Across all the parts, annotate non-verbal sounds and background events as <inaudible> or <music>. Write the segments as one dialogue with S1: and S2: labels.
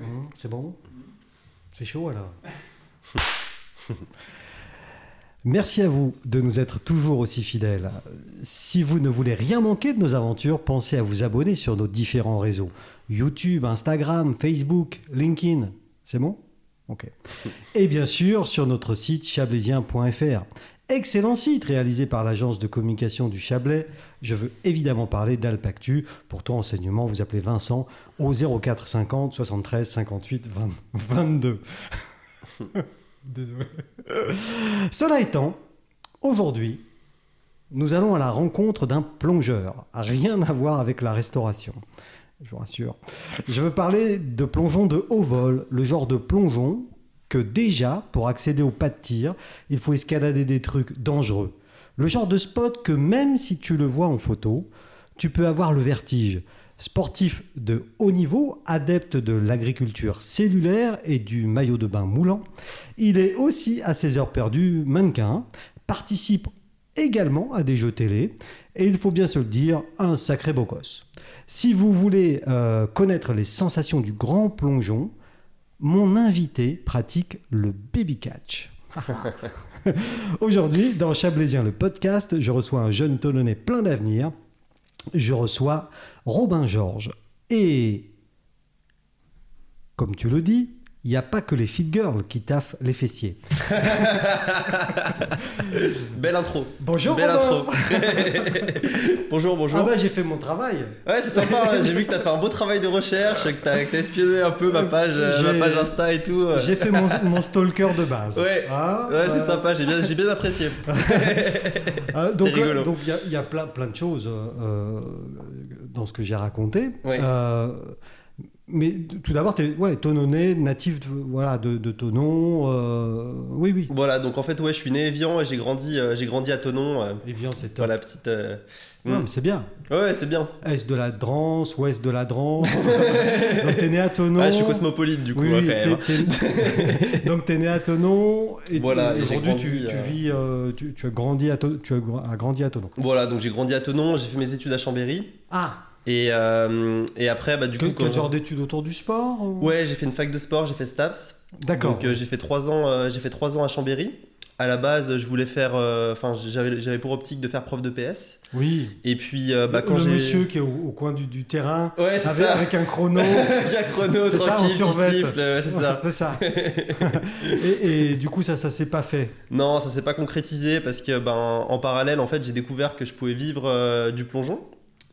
S1: Hein, C'est bon C'est chaud alors <laughs> Merci à vous de nous être toujours aussi fidèles. Si vous ne voulez rien manquer de nos aventures, pensez à vous abonner sur nos différents réseaux. YouTube, Instagram, Facebook, LinkedIn. C'est bon <laughs> Ok. Et bien sûr, sur notre site chablaisien.fr. Excellent site réalisé par l'agence de communication du Chablais. Je veux évidemment parler d'Alpactu. Pour tout renseignement, vous appelez Vincent au 04 50 73 58 20 22. Désolé. Cela étant, aujourd'hui, nous allons à la rencontre d'un plongeur. Rien à voir avec la restauration. Je vous rassure. Je veux parler de plongeon de haut vol, le genre de plongeon que déjà, pour accéder au pas de tir, il faut escalader des trucs dangereux. Le genre de spot que même si tu le vois en photo, tu peux avoir le vertige. Sportif de haut niveau, adepte de l'agriculture cellulaire et du maillot de bain moulant, il est aussi à ses heures perdues mannequin, participe également à des jeux télé et il faut bien se le dire, un sacré beau gosse. Si vous voulez euh, connaître les sensations du grand plongeon, mon invité pratique le baby catch. Aujourd'hui, dans Chablaisien le podcast, je reçois un jeune tonnonnet plein d'avenir. Je reçois Robin Georges. Et comme tu le dis, il n'y a pas que les fit girls qui taffent les fessiers.
S2: Belle intro.
S1: Bonjour,
S2: Belle
S1: Robin.
S2: intro. <laughs> bonjour, bonjour.
S1: Ah bah j'ai fait mon travail.
S2: Ouais, c'est sympa. hein. J'ai vu que t'as fait un beau travail de recherche, que t'as que t'as espionné un peu ma page, euh,
S1: J'ai-
S2: ma page Insta et tout. Ouais,
S1: J'ai fait mon, mon stalker de base.
S2: Ouais.
S1: Hein,
S2: c'est
S1: euh,
S2: sympa. J'ai bien, j'ai
S1: <laughs>
S2: bien apprécié. <laughs>
S1: Ah, donc,
S2: C'était rigolo.
S1: euh, donc, il y a- il y, a plein, plein de choses euh, euh, dans ce que j'ai raconté.
S2: Ouais.
S1: Euh, mais t- tout d'abord, tu es ouais, Tonnonais, natif de, voilà, de, de Tonon. euh, oui, oui.
S2: Voilà. Donc en fait, ouais, je suis né Evian et j'ai grandi, euh, j'ai grandi à Tonon. euh,
S1: Les viandes, c'est
S2: dans
S1: top.
S2: la petite. euh,
S1: Non,
S2: mm.
S1: mais c'est bien.
S2: Ouais, ouais, c'est bien.
S1: Est de la Drance, ouest de la Drance.
S2: <laughs>
S1: donc, tu es né à Tonon.
S2: Ouais, Ah, je suis cosmopolite du coup.
S1: Oui,
S2: ouais,
S1: oui,
S2: quand même, hein.
S1: t'es- t'es- donc tu es né <laughs> à Tonon. Et
S2: Voilà,
S1: tu-
S2: et j'ai
S1: aujourd'hui, tu,
S2: grandi,
S1: tu
S2: euh,
S1: vis, euh, tu, tu as grandi à, Ton- tu as gra- as grandi à Tonon.
S2: Voilà. Donc j'ai grandi à Tonon. J'ai fait mes études à Chambéry.
S1: Ah,
S2: Et, euh, et après, bah du
S1: que-
S2: coup, quand-
S1: quel genre d'études autour du sport ou-
S2: Ouais, j'ai fait une fac de sport, j'ai fait STAPS.
S1: D'accord.
S2: Donc euh, j'ai fait trois ans, euh, j'ai fait trois ans à Chambéry. À la base, euh, je voulais faire, euh, enfin, j'avais, j'avais pour optique de faire prof de PS.
S1: Oui.
S2: Et puis, euh, bah,
S1: Le-
S2: quand
S1: le
S2: j'ai
S1: monsieur qui est au, au coin du, du terrain
S2: ouais, c'est
S1: avec,
S2: ça,
S1: avec un
S2: <laughs>
S1: chrono.
S2: Jacques Renaud,
S1: C'est ça, en
S2: tranquille, qui
S1: survêt.
S2: siffle, ouais, c'est ça.
S1: C'est ça. <laughs> et, et du coup, ça, ça s'est pas fait.
S2: Non, ça s'est pas concrétisé parce que, ben, en parallèle, en fait, j'ai découvert que je pouvais vivre euh, du plongeon.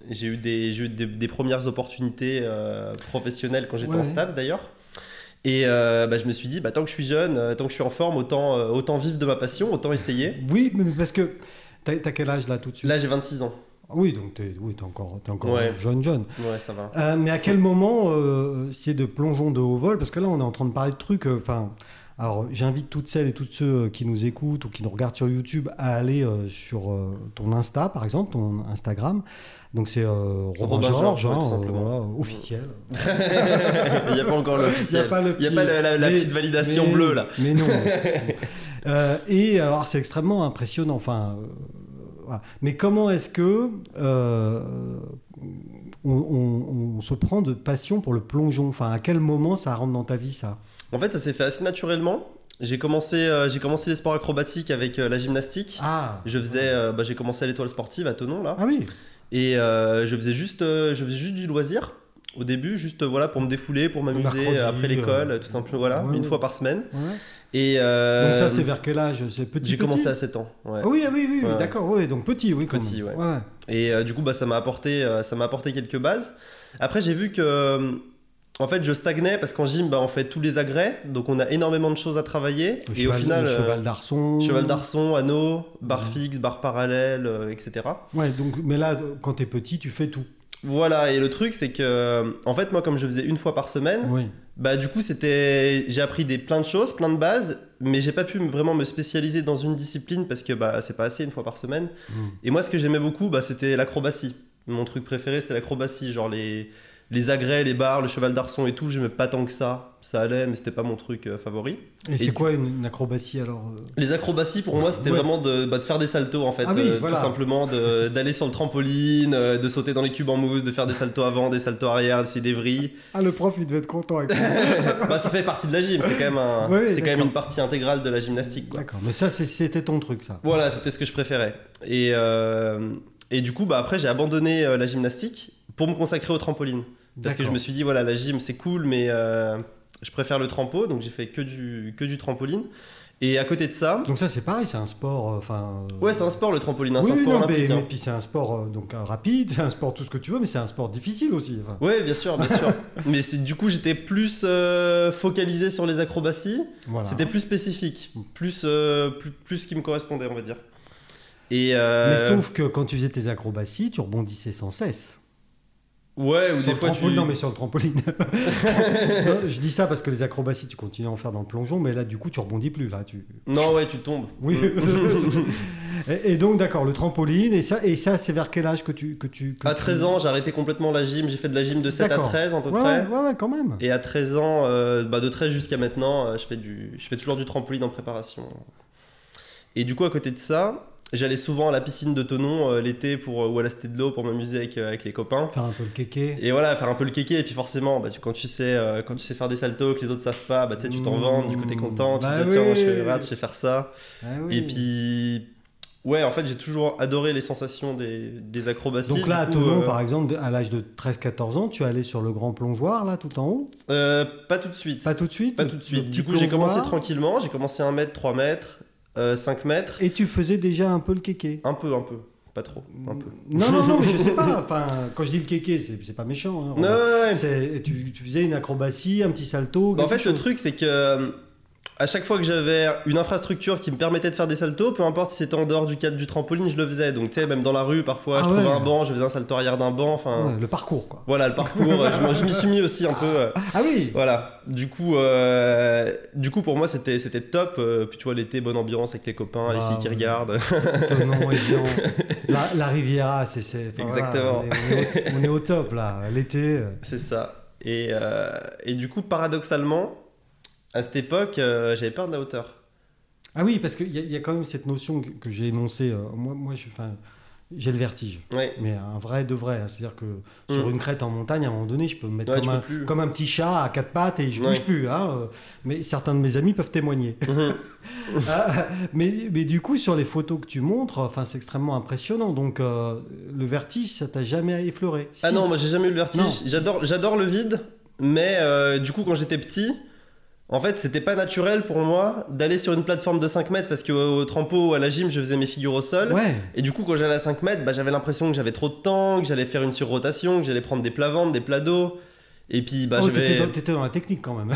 S2: J'ai eu des, j'ai eu des, des premières opportunités euh, professionnelles quand j'étais
S1: Ouais,
S2: en
S1: ouais.
S2: STAPS d'ailleurs. Et euh, bah, je me suis dit, bah, tant que je suis jeune, euh, tant que je suis en forme, autant, euh, autant vivre de ma passion, autant essayer.
S1: Oui, mais parce que t'as t'as quel âge là tout de suite Ah
S2: Là, j'ai 26 ans.
S1: Oui, donc t'es oui, t'es encore, t'es encore
S2: Ouais.
S1: jeune, jeune.
S2: Ouais, ça va.
S1: Euh, mais à quel moment euh, c'est de plongeon de haut vol Parce que là, on est en train de parler de trucs. euh, Enfin, alors j'invite toutes celles et tous ceux euh, qui nous écoutent ou qui nous regardent sur YouTube à aller euh, sur euh, ton Insta, par exemple, ton Instagram. Donc c'est euh, Robin,
S2: Robin
S1: Georges,
S2: Georges, ouais,
S1: hein,
S2: tout
S1: euh,
S2: simplement.
S1: voilà, officiel.
S2: <laughs> Il n'y a pas encore l'officiel.
S1: Il y a pas le
S2: Il y a
S1: petit-
S2: pas la, la- la
S1: mais-
S2: petite validation
S1: mais-
S2: bleue là.
S1: Mais
S2: <laughs>
S1: non. Euh, et alors, c'est extrêmement impressionnant. Enfin, euh, voilà. Mais comment est-ce que euh, on, on- on se prend de passion pour le plongeon Enfin, à quel moment ça rentre dans ta vie ça
S2: En fait, ça s'est fait assez naturellement. J'ai commencé, euh, j'ai commencé les sports acrobatiques avec euh, la gymnastique.
S1: Ah.
S2: Je faisais, euh, bah, j'ai commencé à l'étoile sportive à Tonon là,
S1: Ah oui.
S2: et euh, je faisais juste, euh, je faisais juste du loisir au début, juste euh, voilà pour me défouler, pour m'amuser
S1: mercredi,
S2: euh, après l'école,
S1: euh,
S2: tout simplement voilà,
S1: ouais,
S2: une
S1: ouais.
S2: fois par semaine.
S1: Ouais.
S2: Et euh,
S1: Donc ça, c'est vers quel âge C'est petit.
S2: j'ai commencé
S1: petit
S2: à 7 ans. ouais.
S1: Ah oui, ah oui, oui, oui,
S2: Ouais.
S1: d'accord. Oui, donc petit, oui, quand
S2: Petit,
S1: même.
S2: ouais. Et euh, du coup, bah, ça m'a apporté, euh, ça m'a apporté quelques bases. Après, j'ai vu que, euh, en fait, je stagnais parce qu'en gym, bah, on fait tous les agrès, donc on a énormément de choses à travailler.
S1: Le
S2: et
S1: cheval-
S2: au final,
S1: le
S2: euh,
S1: cheval d'arçon.
S2: cheval d'arçon, anneau, barre
S1: Mhm.
S2: fixe, barre parallèle, euh, etc.
S1: Ouais, donc, mais là, quand t'es petit, tu fais tout.
S2: Voilà. Et le truc, c'est que, euh, en fait, moi, comme je faisais une fois par semaine,
S1: Oui.
S2: bah, du coup, c'était, j'ai appris des plein de choses, plein de bases, mais j'ai pas pu me- vraiment me spécialiser dans une discipline parce que, bah, c'est pas assez une fois par semaine.
S1: Mm.
S2: Et moi, ce que j'aimais beaucoup, bah, c'était l'acrobatie. Mon truc préféré, c'était l'acrobatie, genre les, Les agrès, les bars, le cheval d'arçon et tout, j'aimais pas tant que ça. Ça allait, mais c'était pas mon truc euh, favori.
S1: Et,
S2: Et-
S1: c'est quoi une, une acrobatie alors euh
S2: Les acrobaties, pour moi, c'était
S1: Ouais.
S2: vraiment de, bah, de faire des saltos, en fait.
S1: Ah oui,
S2: euh,
S1: voilà.
S2: Tout simplement, de- d'aller sur le trampoline, euh, de sauter dans les cubes en mousse, de faire des saltos avant, des saltos arrière, d'essayer des vrilles.
S1: Ah, le prof, il devait être content avec moi.
S2: <laughs> bah, ça fait partie de la gym, c'est quand, même un-
S1: Ouais,
S2: c'est quand même
S1: d'accord.
S2: une partie intégrale de la gymnastique.
S1: <laughs>
S2: Quoi.
S1: D'accord, mais ça, c'est- c'était ton truc, ça.
S2: Voilà, c'était ce que je préférais. Et, euh, et du coup, bah, après, j'ai abandonné euh, la gymnastique pour me consacrer au trampoline. Parce que je
S1: D'accord.
S2: me suis dit, voilà, la gym, c'est cool, mais euh, je préfère le trampo, donc j'ai fait que du, que du trampoline. Et à côté de ça,
S1: Donc ça, c'est pareil, c'est un sport. euh, Enfin. euh,
S2: ouais, c'est un sport le trampoline, hein,
S1: oui,
S2: c'est un
S1: oui,
S2: sport
S1: non, mais-
S2: olympique.
S1: mais,
S2: hein.
S1: puis c'est un sport euh, donc euh, rapide, c'est un sport tout ce que tu veux, mais c'est un sport difficile aussi. enfin.
S2: Ouais, bien sûr,
S1: <laughs>
S2: bien sûr. Mais c'est- du coup, j'étais plus euh, focalisé sur les acrobaties.
S1: Voilà.
S2: C'était plus spécifique, plus, euh, plus, plus ce qui me correspondait, on va dire. Et euh,
S1: Mais sauf que quand tu faisais tes acrobaties, tu rebondissais sans cesse.
S2: ouais, ou
S1: sur
S2: des
S1: le
S2: fois tu.
S1: trampoline, Non, mais sur le
S2: <laughs>
S1: trampoline. Non, je dis ça parce que les acrobaties, tu continues à en faire dans le plongeon, mais là, du coup, tu rebondis plus. Là, tu...
S2: Non, ouais, tu tombes. Mm.
S1: Oui. <laughs> et, et donc, d'accord, le trampoline, et ça, et ça c'est vers quel âge que tu. Que tu que
S2: à
S1: tu-
S2: 13 ans, j'ai arrêté complètement la gym. J'ai fait de la gym de 7 à
S1: D'accord.
S2: 13 à peu
S1: Ouais,
S2: près.
S1: ouais, ouais, quand même.
S2: Et à 13 ans, euh, bah, de 13 jusqu'à maintenant, euh, je, fais du, je fais toujours du trampoline en préparation. Et du coup, à côté de ça, j'allais souvent à la piscine de Tonon euh, l'été pour, ou à la Cité de l'eau pour m'amuser avec, euh, avec les copains.
S1: Faire un peu le kéké.
S2: Et voilà, faire un peu le kéké. Et puis forcément, bah, tu- quand, tu sais, euh, quand tu sais faire des saltos que les autres savent pas, bah, tu sais, tu t'en
S1: Mmh.
S2: vantes, du coup t'es content, tu
S1: Bah
S2: te dis tiens, moi, je
S1: oui.
S2: suis rad, je sais faire ça.
S1: Ah oui.
S2: Et puis, ouais, en fait, j'ai toujours adoré les sensations des, des acrobaties.
S1: Donc là, à
S2: Du coup,
S1: Tonon,
S2: euh,
S1: par exemple, à l'âge de 13-14 ans, tu es allé sur le grand plongeoir, là, tout en haut
S2: euh, Pas tout de suite.
S1: Pas tout de suite
S2: Pas tout de
S1: Le
S2: suite.
S1: petit
S2: Du coup, j'ai commencé
S1: plongeoir.
S2: tranquillement. J'ai commencé 1 mètre, 3 mètres, euh, 5 mètres.
S1: Et tu faisais déjà un peu le kéké
S2: Un peu, un peu. Pas trop. Un peu.
S1: Non, non, non, mais je sais
S2: <laughs>
S1: pas. Enfin, quand je dis le kéké, c'est c'est pas méchant. hein.
S2: Non, ouais, ouais.
S1: C'est- tu, tu faisais une acrobatie, un petit salto.
S2: Bah, en
S1: quelque
S2: fait, le
S1: chose.
S2: truc, c'est que euh, à chaque fois que j'avais une infrastructure qui me permettait de faire des saltos, peu importe si c'était en dehors du cadre du trampoline, je le faisais. Donc, tu sais, même dans la rue, parfois,
S1: Ah
S2: je trouvais
S1: ouais.
S2: un banc, je faisais un salto arrière d'un banc. Enfin,
S1: Ouais, le parcours, quoi.
S2: voilà, le parcours, euh, je m'en- je m'y suis mis aussi un peu. euh,
S1: Ah oui
S2: Voilà, du coup, euh, du coup pour moi c'était c'était top. Euh, puis tu vois l'été, bonne ambiance avec les copains, les
S1: Bah,
S2: filles qui
S1: ouais.
S2: regardent. <laughs>
S1: Tonon, Evian, la, la Riviera, c'est. c'est- enfin, voilà,
S2: Exactement.
S1: on, est, on est au- on est au top, là, l'été. euh.
S2: C'est ça. Et, euh, et du coup, paradoxalement, à cette époque, euh, j'avais peur de la hauteur.
S1: Ah oui, parce qu'il y, a- il y a quand même cette notion que, que j'ai énoncée. euh, moi, moi je- enfin, j'ai le vertige.
S2: Ouais.
S1: Mais un vrai de vrai. hein. C'est-à-dire que sur
S2: Mm.
S1: une crête en montagne, à un moment donné, je peux me mettre
S2: Ouais,
S1: comme,
S2: tu
S1: un,
S2: peux plus.
S1: comme un petit chat à quatre pattes et je
S2: Ouais.
S1: bouge plus. hein, euh, Mais certains de mes amis peuvent témoigner.
S2: Mhm.
S1: <laughs> Ah, mais, mais du coup, sur les photos que tu montres, enfin, c'est extrêmement impressionnant. Donc, euh, le vertige, ça t'a jamais effleuré.
S2: Ah
S1: Si.
S2: non, moi j'ai jamais eu le
S1: Non.
S2: vertige. J'adore, j'adore le vide, mais euh, du coup, quand j'étais petit, en fait, c'était pas naturel pour moi d'aller sur une plateforme de 5 mètres parce qu'au au trampo ou à la gym, je faisais mes figures au sol.
S1: Ouais.
S2: Et du coup, quand j'allais à 5 mètres, bah, j'avais l'impression que j'avais trop de temps, que j'allais faire une surrotation, que j'allais prendre des plats ventres, des plats d'eau. Et puis, bah,
S1: Oh,
S2: j'avais.
S1: t'étais, dans, t'étais dans la technique quand même. <laughs>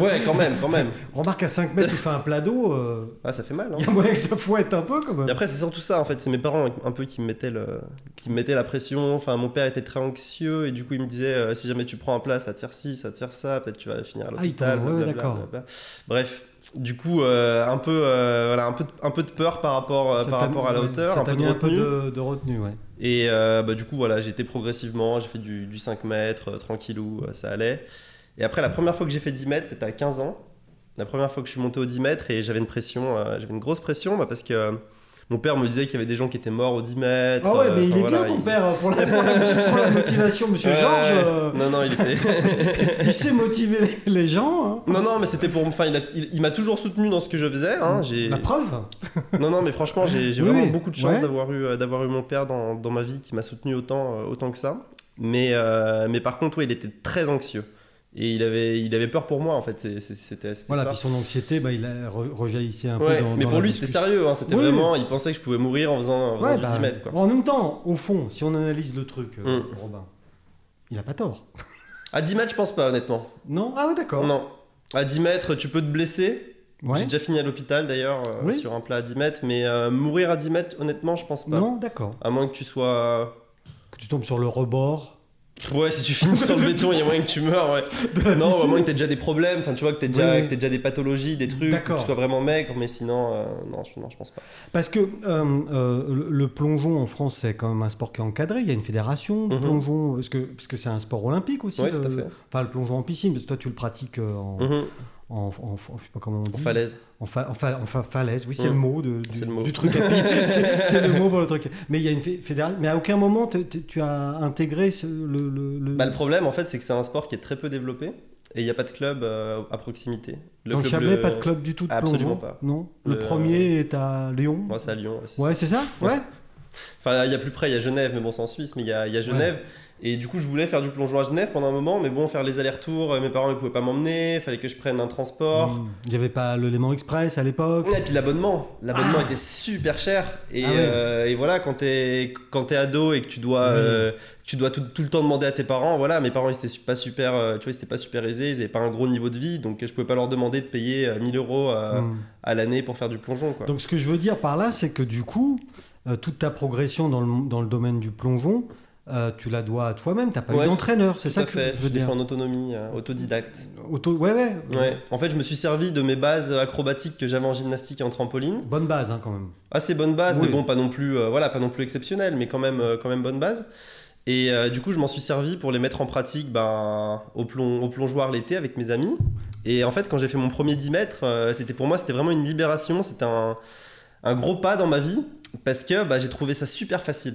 S2: Ouais, quand même, quand même.
S1: Remarque, à 5 mètres, tu fais un plat d'eau. euh,
S2: Ah, ça fait mal, hein.
S1: Il y a moyen que ça fouette un peu quand même.
S2: Et après, c'est surtout ça, en fait. C'est mes parents un peu qui me mettaient, le... qui me mettaient la pression. Enfin, mon père était très anxieux et du coup, il me disait euh, si jamais tu prends un plat, ça va te faire ci, ça va te faire ça, peut-être tu vas finir à
S1: Ah, il t'en-
S2: l'hôpital.
S1: ouais,
S2: blablabla,
S1: d'accord.
S2: blablabla. Bref, du coup, euh, un, peu, euh, voilà, un, peu, un peu de peur par rapport, euh,
S1: Ça
S2: par
S1: t'a-
S2: rapport à la
S1: ouais,
S2: hauteur,
S1: ça
S2: un
S1: t'a
S2: peu de
S1: mis un peu
S2: retenue.
S1: de, de retenue, ouais.
S2: Et euh, bah, du coup, voilà, j'étais progressivement, j'ai fait du, du 5 mètres, euh, tranquillou, euh, ça allait. Et après, la première fois que j'ai fait 10 mètres, c'était à 15 ans. La première fois que je suis monté au 10 mètres et j'avais une pression, euh, j'avais une grosse pression bah, parce que euh, mon père me disait qu'il y avait des gens qui étaient morts au 10 mètres.
S1: Ah ouais,
S2: euh,
S1: mais il
S2: enfin,
S1: est
S2: voilà,
S1: bien ton
S2: il-
S1: père hein, pour la, pour la- pour la motivation, monsieur
S2: Ouais,
S1: Georges.
S2: ouais.
S1: euh,
S2: Non, non, il était. <laughs>
S1: il sait motiver les- les gens. hein.
S2: non, non, mais c'était pour. Enfin, il a- il il m'a toujours soutenu dans ce que je faisais. hein, j'ai-
S1: La preuve
S2: Non, non, mais franchement, j'ai j'ai
S1: Oui,
S2: vraiment
S1: oui.
S2: beaucoup de chance
S1: Ouais.
S2: d'avoir eu, euh, d'avoir eu mon père dans, dans ma vie qui m'a soutenu autant, euh, autant que ça. Mais, euh, mais par contre, ouais, il était très anxieux. Et il avait, il avait peur pour moi, en fait. C'est- c'est- C'était c'était
S1: Voilà,
S2: ça.
S1: puis son anxiété, bah, il a re- rejaillissait un
S2: Ouais,
S1: peu dans
S2: mais
S1: dans
S2: pour
S1: la
S2: lui, c'était
S1: discussion.
S2: sérieux. hein, C'était
S1: Oui.
S2: vraiment. Il pensait que je pouvais mourir en faisant, en faisant
S1: Ouais,
S2: du
S1: bah,
S2: 10 mètres, quoi.
S1: En même temps, au fond, si on analyse le truc, euh,
S2: Hum.
S1: Robin, il a pas tort.
S2: À 10 mètres, je pense pas, honnêtement.
S1: Non Ah ouais, d'accord.
S2: Non. À 10 mètres, tu peux te blesser. J'ai
S1: Ouais.
S2: déjà fini à l'hôpital, d'ailleurs, euh,
S1: Oui.
S2: sur un plat à 10 mètres. Mais euh, mourir à 10 mètres, honnêtement, je pense pas.
S1: Non, d'accord.
S2: À moins que tu sois.
S1: Que tu tombes sur le rebord.
S2: euh, Ouais, si tu finis sur le béton, il y a moyen que tu meurs, ouais.
S1: de la
S2: Non, à
S1: piscine.
S2: moins que t'aies déjà des problèmes, enfin tu vois que t'aies déjà,
S1: Oui, oui.
S2: que t'aies déjà des pathologies, des trucs, que
S1: D'accord.
S2: tu sois vraiment maigre, mais sinon, euh, non, je, non, je pense pas.
S1: Parce que euh, euh, le- le plongeon en France, c'est quand même un sport qui est encadré. Il y a une fédération de
S2: Mhm.
S1: plongeon, parce que parce que c'est un sport olympique aussi.
S2: Ouais,
S1: le-
S2: tout à fait.
S1: Enfin, le plongeon en piscine, parce que toi, tu le pratiques euh, en,
S2: Mhm.
S1: en, en- en- je sais pas comment on dit.
S2: En falaise.
S1: En, fa- en fa- en fa- falaise, oui, c'est
S2: Mhm.
S1: le mot de- du,
S2: C'est le mot.
S1: du truc. à pied.
S2: <laughs>
S1: c'est c'est le mot pour le truc. Mais il y a une fé- fédération. Mais à aucun moment tu- tu tu as intégré ce- le. le- le-
S2: Bah, le problème, en fait, c'est que c'est un sport qui est très peu développé et il n'y a pas de club euh, à proximité. Le
S1: Dans le
S2: club
S1: Chablais,
S2: bleu-
S1: pas de club du tout de
S2: Absolument
S1: plongeon.
S2: pas.
S1: Non. Le,
S2: Le-
S1: premier est à Lyon.
S2: Ouais, c'est à Lyon. ouais, c'est
S1: Ouais, c'est ça. Ouais.
S2: ça. Enfin, il y a plus près, il y a Genève, mais bon, c'est en Suisse, mais il y a, il y a Genève. Et du coup, je voulais faire du plongeon à Genève pendant un moment, mais bon, faire les allers-retours, euh, mes parents ne pouvaient pas m'emmener, fallait que je prenne un transport.
S1: Mm. Il n'y avait pas l'élément express à l'époque.
S2: Et puis l'abonnement, l'abonnement était super cher. Et,
S1: Ah ouais.
S2: euh, et voilà, quand t'es quand t'es ado et que tu dois
S1: Oui.
S2: euh, tu dois tout, tout le temps demander à tes parents. Voilà, mes parents ils étaient su- pas super, euh, tu vois, ils étaient pas super aisés, ils avaient pas un gros niveau de vie, donc je pouvais pas leur demander de payer euh, 1000 euros euh,
S1: Mm.
S2: à l'année pour faire du plongeon, quoi.
S1: Donc ce que je veux dire par là, c'est que du coup, euh, toute ta progression dans le, dans le domaine du plongeon, euh, tu la dois à toi-même. T'as pas
S2: Ouais,
S1: eu d'entraîneur, c'est
S2: Tout
S1: ça
S2: à
S1: que
S2: fait.
S1: je
S2: Je
S1: veux
S2: l'ai fait
S1: dire.
S2: en autonomie, euh, autodidacte.
S1: Auto... Ouais, ouais.
S2: Ouais. En fait, je me suis servi de mes bases acrobatiques que j'avais en gymnastique et en trampoline.
S1: Bonne base hein, quand même.
S2: assez Ah, bonne base,
S1: Oui.
S2: mais bon, pas non plus, euh, voilà, pas non plus exceptionnelle, mais quand même, euh, quand même bonne base. Et euh, du coup, je m'en suis servi pour les mettre en pratique ben, au, plon- au plongeoir l'été avec mes amis. Et en fait, quand j'ai fait mon premier 10 mètres, euh, c'était pour moi, c'était vraiment une libération, c'était un, un gros pas dans ma vie, parce que bah, j'ai trouvé ça super facile.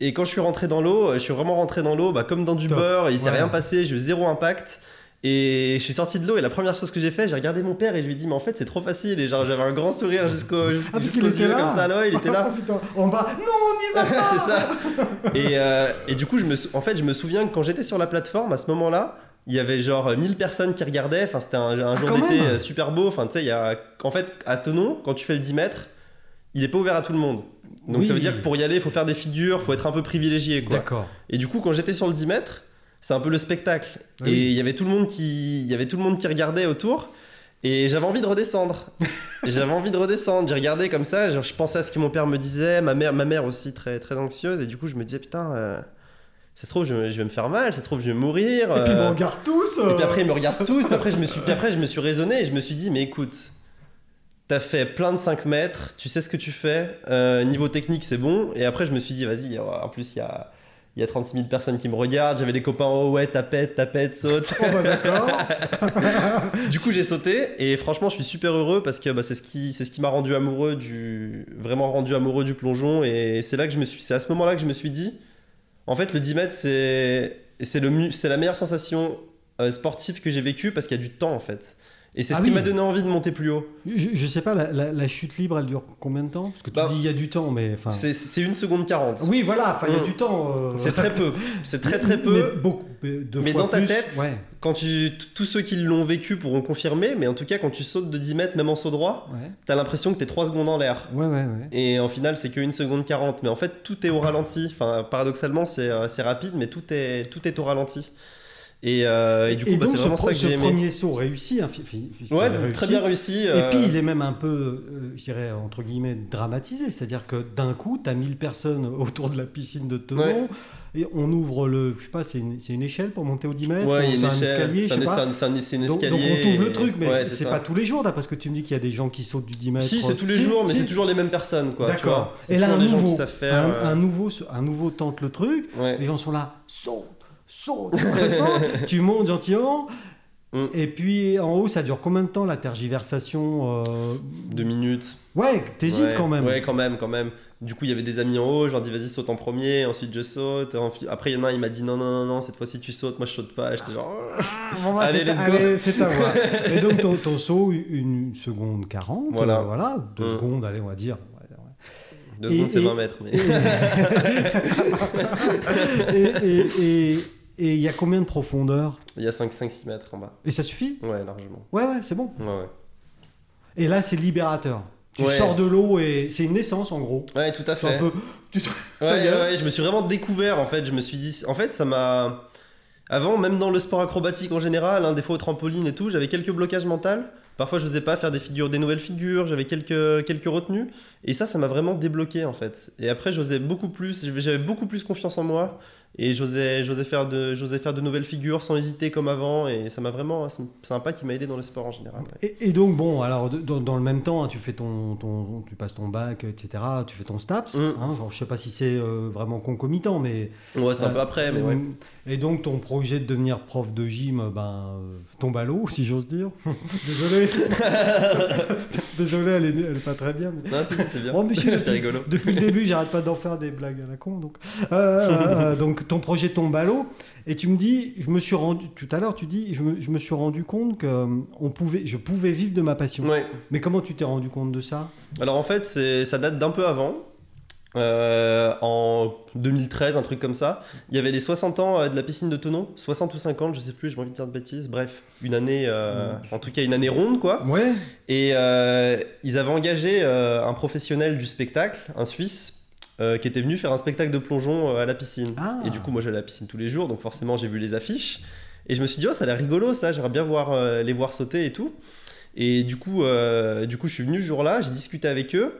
S2: Et quand je suis rentré dans l'eau, euh, je suis vraiment rentré dans l'eau, bah, comme dans du
S1: Top.
S2: beurre, il s'est
S1: Ouais.
S2: rien passé, j'ai eu zéro impact. Et je suis sorti de l'eau et la première chose que j'ai fait, j'ai regardé mon père et je lui ai dit mais en fait c'est trop facile et genre j'avais un grand sourire jusqu'au jusqu'au
S1: Ah, parce
S2: jusqu'aux
S1: qu'il était
S2: yeux
S1: là
S2: comme ça, là, il était là. <laughs>
S1: Ah, <laughs> putain, on va. Non, on y va. pas
S2: c'est ça. Et, euh, et du coup, je me sou- en fait, je me souviens que quand j'étais sur la plateforme, à ce moment-là, il y avait genre euh, 1000 personnes qui regardaient. Enfin, c'était un, un
S1: Ah,
S2: jour
S1: quand
S2: d'été
S1: même.
S2: euh, super beau. Enfin, tu sais, il y a... En fait, à Tenon, quand tu fais le 10 mètres, il est pas ouvert à tout le monde. Donc ça
S1: Oui.
S2: veut dire que pour y aller, il faut faire des figures, faut être un peu privilégié. Quoi.
S1: D'accord.
S2: Et du coup, quand j'étais sur le 10 mètres, c'est un peu le spectacle.
S1: Ah Oui.
S2: Et il y avait tout le monde qui, il y avait tout le monde qui regardait autour. Et j'avais envie de redescendre.
S1: <laughs>
S2: j'avais envie de redescendre. J'ai regardé comme ça. genre, je pensais à ce que mon père me disait. Ma mère, ma mère aussi très, très anxieuse. Et du coup, je me disais putain, euh, ça se trouve, je, je vais me faire mal. Ça se trouve, je vais mourir.
S1: Et puis
S2: euh.
S1: bon, on regarde tous.
S2: Et puis
S1: euh,
S2: après, ils me regardent tous. Puis après, je me suis, puis après, je me suis raisonné et je me suis dit, mais écoute, t'as fait plein de 5 mètres, tu sais ce que tu fais, euh, niveau technique, c'est bon. Et après, je me suis dit, vas-y, en plus, il y a, il y a 36 000 personnes qui me regardent. J'avais les copains, oh ouais, tapette, tapette, saute.
S1: on va
S2: <laughs>
S1: d'accord.
S2: du coup, j'ai sauté et franchement, je suis super heureux parce que bah, c'est ce qui, c'est ce qui m'a rendu amoureux du, vraiment rendu amoureux du plongeon. Et c'est là que je me suis, c'est à ce moment-là que je me suis dit, en fait, le 10 mètres, c'est, c'est le, mu- c'est la meilleure sensation euh, sportive que j'ai vécue parce qu'il y a du temps en fait. Et c'est
S1: Ah
S2: ce qui
S1: oui.
S2: m'a donné envie de monter plus haut.
S1: Je, je sais pas, la, la- la chute libre, elle dure combien de temps Parce que tu
S2: Bah,
S1: dis il y a du temps, mais enfin.
S2: C'est, c'est une seconde 40.
S1: Ah. Oui, voilà. Enfin, il y a
S2: Mm.
S1: du temps. euh,
S2: C'est très peu. C'est très très peu.
S1: Mais beaucoup. deux
S2: Mais
S1: fois
S2: dans ta
S1: plus,
S2: tête,
S1: Ouais.
S2: Quand tu, t- tous ceux qui l'ont vécu pourront confirmer, mais en tout cas, quand tu sautes de 10 mètres, même en saut droit,
S1: Ouais.
S2: t'as l'impression que t'es 3 secondes en l'air.
S1: Ouais, ouais, ouais.
S2: Et en final, c'est qu'une seconde 40. Mais en fait, tout est au ralenti. Enfin, paradoxalement, c'est euh, c'est rapide, mais tout est, tout est au ralenti. Et, euh, et du coup, bah,
S1: donc,
S2: c'est vraiment
S1: ce,
S2: ça
S1: pro-
S2: que j'ai
S1: ce
S2: aimé.
S1: premier saut réussi, hein, fi- fi- puisqu'il
S2: Ouais,
S1: a
S2: donc, très
S1: réussi.
S2: bien réussi.
S1: Et
S2: euh,
S1: puis il est même un peu, euh, je dirais, entre guillemets, dramatisé. C'est-à-dire que d'un coup, tu as 1000 personnes <laughs> autour de la piscine de Tenon.
S2: Ouais.
S1: Et on ouvre le. Je sais pas, c'est une, c'est une échelle pour monter au 10 mètres
S2: ouais,
S1: ou
S2: il y a
S1: C'est
S2: une
S1: un
S2: échelle,
S1: escalier, je
S2: c'est
S1: sais
S2: un-
S1: pas.
S2: c'est un- c'est un
S1: Donc, donc,
S2: escalier.
S1: on t'ouvre le
S2: et-
S1: truc, mais
S2: ouais,
S1: c'est- c'est
S2: ça.
S1: pas tous les jours, là, parce que tu me dis qu'il y a des gens qui sautent du 10 mètres.
S2: Si, c'est tous les
S1: Si,
S2: jours, mais
S1: si.
S2: c'est toujours les mêmes personnes, quoi. tu
S1: D'accord.
S2: vois. C'est
S1: Et là,
S2: toujours
S1: un
S2: les gens qui
S1: nouveau,
S2: savent faire,
S1: un,
S2: euh,
S1: un nouveau, se- un nouveau tente le truc.
S2: ouais.
S1: Les gens sont là, saute, saute, <laughs> saute. tu montes gentiment.
S2: Mm.
S1: Et puis en haut, ça dure combien de temps la tergiversation euh,
S2: Deux minutes.
S1: Ouais, t'hésites
S2: Ouais,
S1: quand même.
S2: Ouais, quand même, quand même. Du coup, il y avait des amis en haut, je leur dis vas-y, saute en premier, ensuite je saute. en- Après, il y en a un, il m'a dit non, non, non, non, cette fois-ci tu sautes, moi je saute pas. J'étais genre.
S1: Ah, bon, bah,
S2: Allez,
S1: c'est ta-
S2: let's go.
S1: allez, c'est à
S2: <laughs>
S1: moi. Et donc ton, ton saut, une seconde 40, voilà,
S2: Voilà.
S1: voilà deux
S2: Mm.
S1: secondes, allez, on va dire.
S2: Deux
S1: Et-
S2: secondes, c'est
S1: et-
S2: 20 mètres. Mais... <laughs>
S1: Et et- et- et- et il y a combien de profondeur
S2: Il y a 5-6 mètres en bas.
S1: Et ça suffit
S2: Ouais, largement.
S1: Ouais, ouais, c'est bon.
S2: Ouais, ouais.
S1: Et là, c'est libérateur. Tu
S2: Ouais.
S1: sors de l'eau et c'est une naissance en gros.
S2: Ouais, tout à
S1: C'est un
S2: fait.
S1: peu. Tu te-
S2: Ouais,
S1: <laughs> ça y est.
S2: ouais, ouais, je me suis vraiment découvert en fait. Je me suis dit. En fait, ça m'a. Avant, même dans le sport acrobatique en général, hein, des fois au trampoline et tout, j'avais quelques blocages mentaux. Parfois, je n'osais pas faire des figures, des nouvelles figures, j'avais quelques, quelques retenues. Et ça, ça m'a vraiment débloqué en fait. Et après, j'osais beaucoup plus, j'avais j'avais beaucoup plus confiance en moi. Et j'osais, j'osais, faire de, j'osais faire de nouvelles figures sans hésiter comme avant. Et ça m'a vraiment. C'est un pas qui m'a aidé dans le sport en général. ouais.
S1: Et, et donc, bon, alors, de- dans, dans le même temps, hein, tu fais ton, ton- tu passes ton bac, etc., tu fais ton STAPS.
S2: Mm.
S1: hein, genre, je sais pas si c'est euh, vraiment concomitant, mais.
S2: Ouais, c'est un
S1: Euh,
S2: peu après, mais ouais.
S1: Mm. Et donc, ton projet de devenir prof de gym, ben, euh, tombe à l'eau, <laughs> si j'ose dire.
S2: <laughs>
S1: Désolé. Désolé, elle est, elle est pas très bien. mais-
S2: Non, si, si, c'est bien.
S1: Oh, mais
S2: <laughs> c'est rigolo.
S1: Depuis le début, j'arrête pas d'en faire des blagues à la con. Donc, Euh, euh, euh, donc ton projet tombe à l'eau. Et tu me dis, je me suis rendu tout à l'heure, tu dis, je me, je me suis rendu compte que euh, on pouvait, je pouvais vivre de ma passion.
S2: Ouais.
S1: Mais comment tu t'es rendu compte de ça
S2: Alors en fait, c'est- ça date d'un peu avant. Euh, en 2013, un truc comme ça. Il y avait les 60 ans euh, de la piscine de Tonon. 60 ou 50, je sais plus, j'ai pas envie de dire de bêtises. Bref, une année, euh, en tout cas une année ronde quoi.
S1: Ouais.
S2: Et euh, ils avaient engagé euh, un professionnel du spectacle, un Suisse, euh, qui était venu faire un spectacle de plongeon euh, à la piscine.
S1: Ah.
S2: Et du coup, moi j'allais à la piscine tous les jours, donc forcément j'ai vu les affiches. Et je me suis dit, oh, ça a l'air rigolo ça, j'aimerais bien voir, euh, les voir sauter et tout. Et du coup, euh, du coup, je suis venu ce jour-là, j'ai discuté avec eux.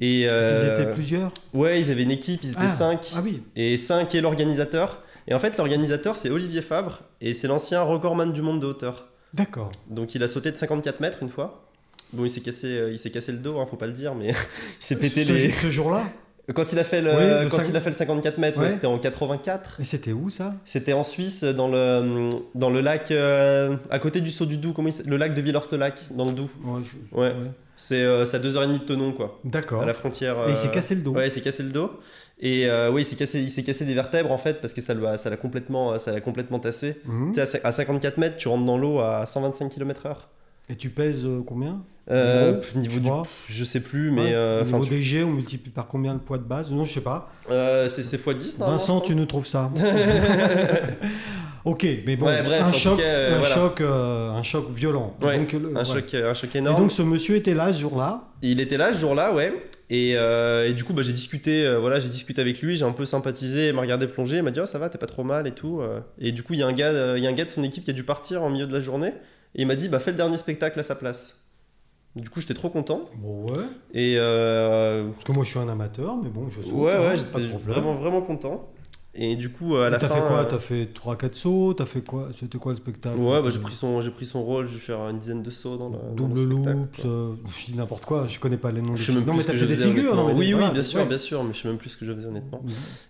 S2: Et
S1: Parce qu'ils
S2: euh,
S1: étaient plusieurs.
S2: ouais, ils avaient une équipe, ils étaient
S1: Ah.
S2: cinq.
S1: Ah oui.
S2: Et cinq est l'organisateur. Et en fait, l'organisateur, c'est Olivier Favre, et c'est l'ancien recordman du monde de hauteur.
S1: D'accord.
S2: Donc il a sauté de 54 mètres une fois. Bon, il s'est cassé, euh, il s'est cassé le dos, hein, faut pas le dire, mais <laughs> il s'est pété
S1: Ce-
S2: les.
S1: ce, ce jour-là.
S2: <laughs> Quand il a fait le,
S1: Ouais, Euh, le
S2: quand
S1: cinq-
S2: il a fait le 54 mètres, ouais,
S1: Ouais.
S2: c'était en 84.
S1: Et c'était où ça
S2: C'était en Suisse, dans le, dans le lac, euh, à côté du saut du Doubs, comment il s- le lac de Villers-le-Lac, dans le Doubs.
S1: Ouais. je-
S2: Ouais. C'est euh, c'est à 2h30 de Tenon, quoi,
S1: D'accord.
S2: à la frontière.
S1: Et il s'est
S2: euh,
S1: cassé le dos.
S2: Ouais, il s'est cassé le dos. Et euh, ouais, il s'est cassé, il s'est cassé des vertèbres, en fait, parce que ça l'a ça l'a complètement, ça l'a complètement tassé.
S1: Mhm.
S2: Tu sais, à cin- à 54 mètres, tu rentres dans l'eau à 125 km/h.
S1: Et tu pèses euh, combien
S2: Euh,
S1: Gros,
S2: pff, niveau
S1: tu
S2: du
S1: vois
S2: Je sais plus,
S1: Ouais.
S2: mais euh,
S1: Au
S2: enfin,
S1: niveau
S2: tu-
S1: des jets, on multiplie par combien le poids de base Non, je sais pas.
S2: euh, c'est c'est x10. normalement,
S1: Vincent,
S2: je
S1: tu nous trouves
S2: <laughs>
S1: ça Ok, mais bon,
S2: Ouais, bref, en
S1: un,
S2: tout
S1: choc,
S2: cas, euh,
S1: un,
S2: voilà.
S1: choc, euh, un choc violent.
S2: Ouais,
S1: donc, le-
S2: crois.
S1: ouais.
S2: un, choc, un choc
S1: Et
S2: énorme.
S1: donc ce monsieur était là ce jour-là.
S2: Il était là ce jour-là, ouais. Et, euh, et du coup, bah, j'ai discuté, euh, voilà, j'ai discuté avec lui, j'ai un peu sympathisé, il m'a regardé plonger, il m'a dit oh, ça va, t'es pas trop mal et tout. euh. Et du coup, il y, a un gars, euh, il y a un gars de son équipe qui a dû partir en milieu de la journée, et il m'a dit bah, fais le dernier spectacle à sa place. Du coup, j'étais trop content.
S1: Bon, ouais.
S2: Et euh,
S1: Parce que moi je suis un amateur, mais bon, je saute.
S2: ouais,
S1: hein,
S2: ouais,
S1: pas de
S2: j'étais
S1: problème.
S2: vraiment, vraiment content. Et du coup, à
S1: Et
S2: la
S1: T'as
S2: fin.
S1: fait quoi
S2: euh,
S1: T'as fait 3-4 sauts T'as fait quoi C'était quoi le spectacle
S2: Ouais, bah, j'ai pris son, j'ai pris son rôle, j'ai fait une dizaine de sauts dans le, dans
S1: Double
S2: le spectacle,
S1: loops,
S2: quoi.
S1: euh, je dis n'importe quoi, je connais pas les noms.
S2: Je
S1: des-
S2: sais même
S1: non,
S2: plus
S1: mais
S2: ce
S1: t'as
S2: que
S1: fait
S2: je
S1: des
S2: faisais,
S1: figures. non, mais
S2: honnêtement. Mhm.
S1: des-
S2: oui,
S1: voilà,
S2: oui, bien sûr,
S1: ouais.
S2: bien sûr, mais je sais même plus ce que je faisais honnêtement.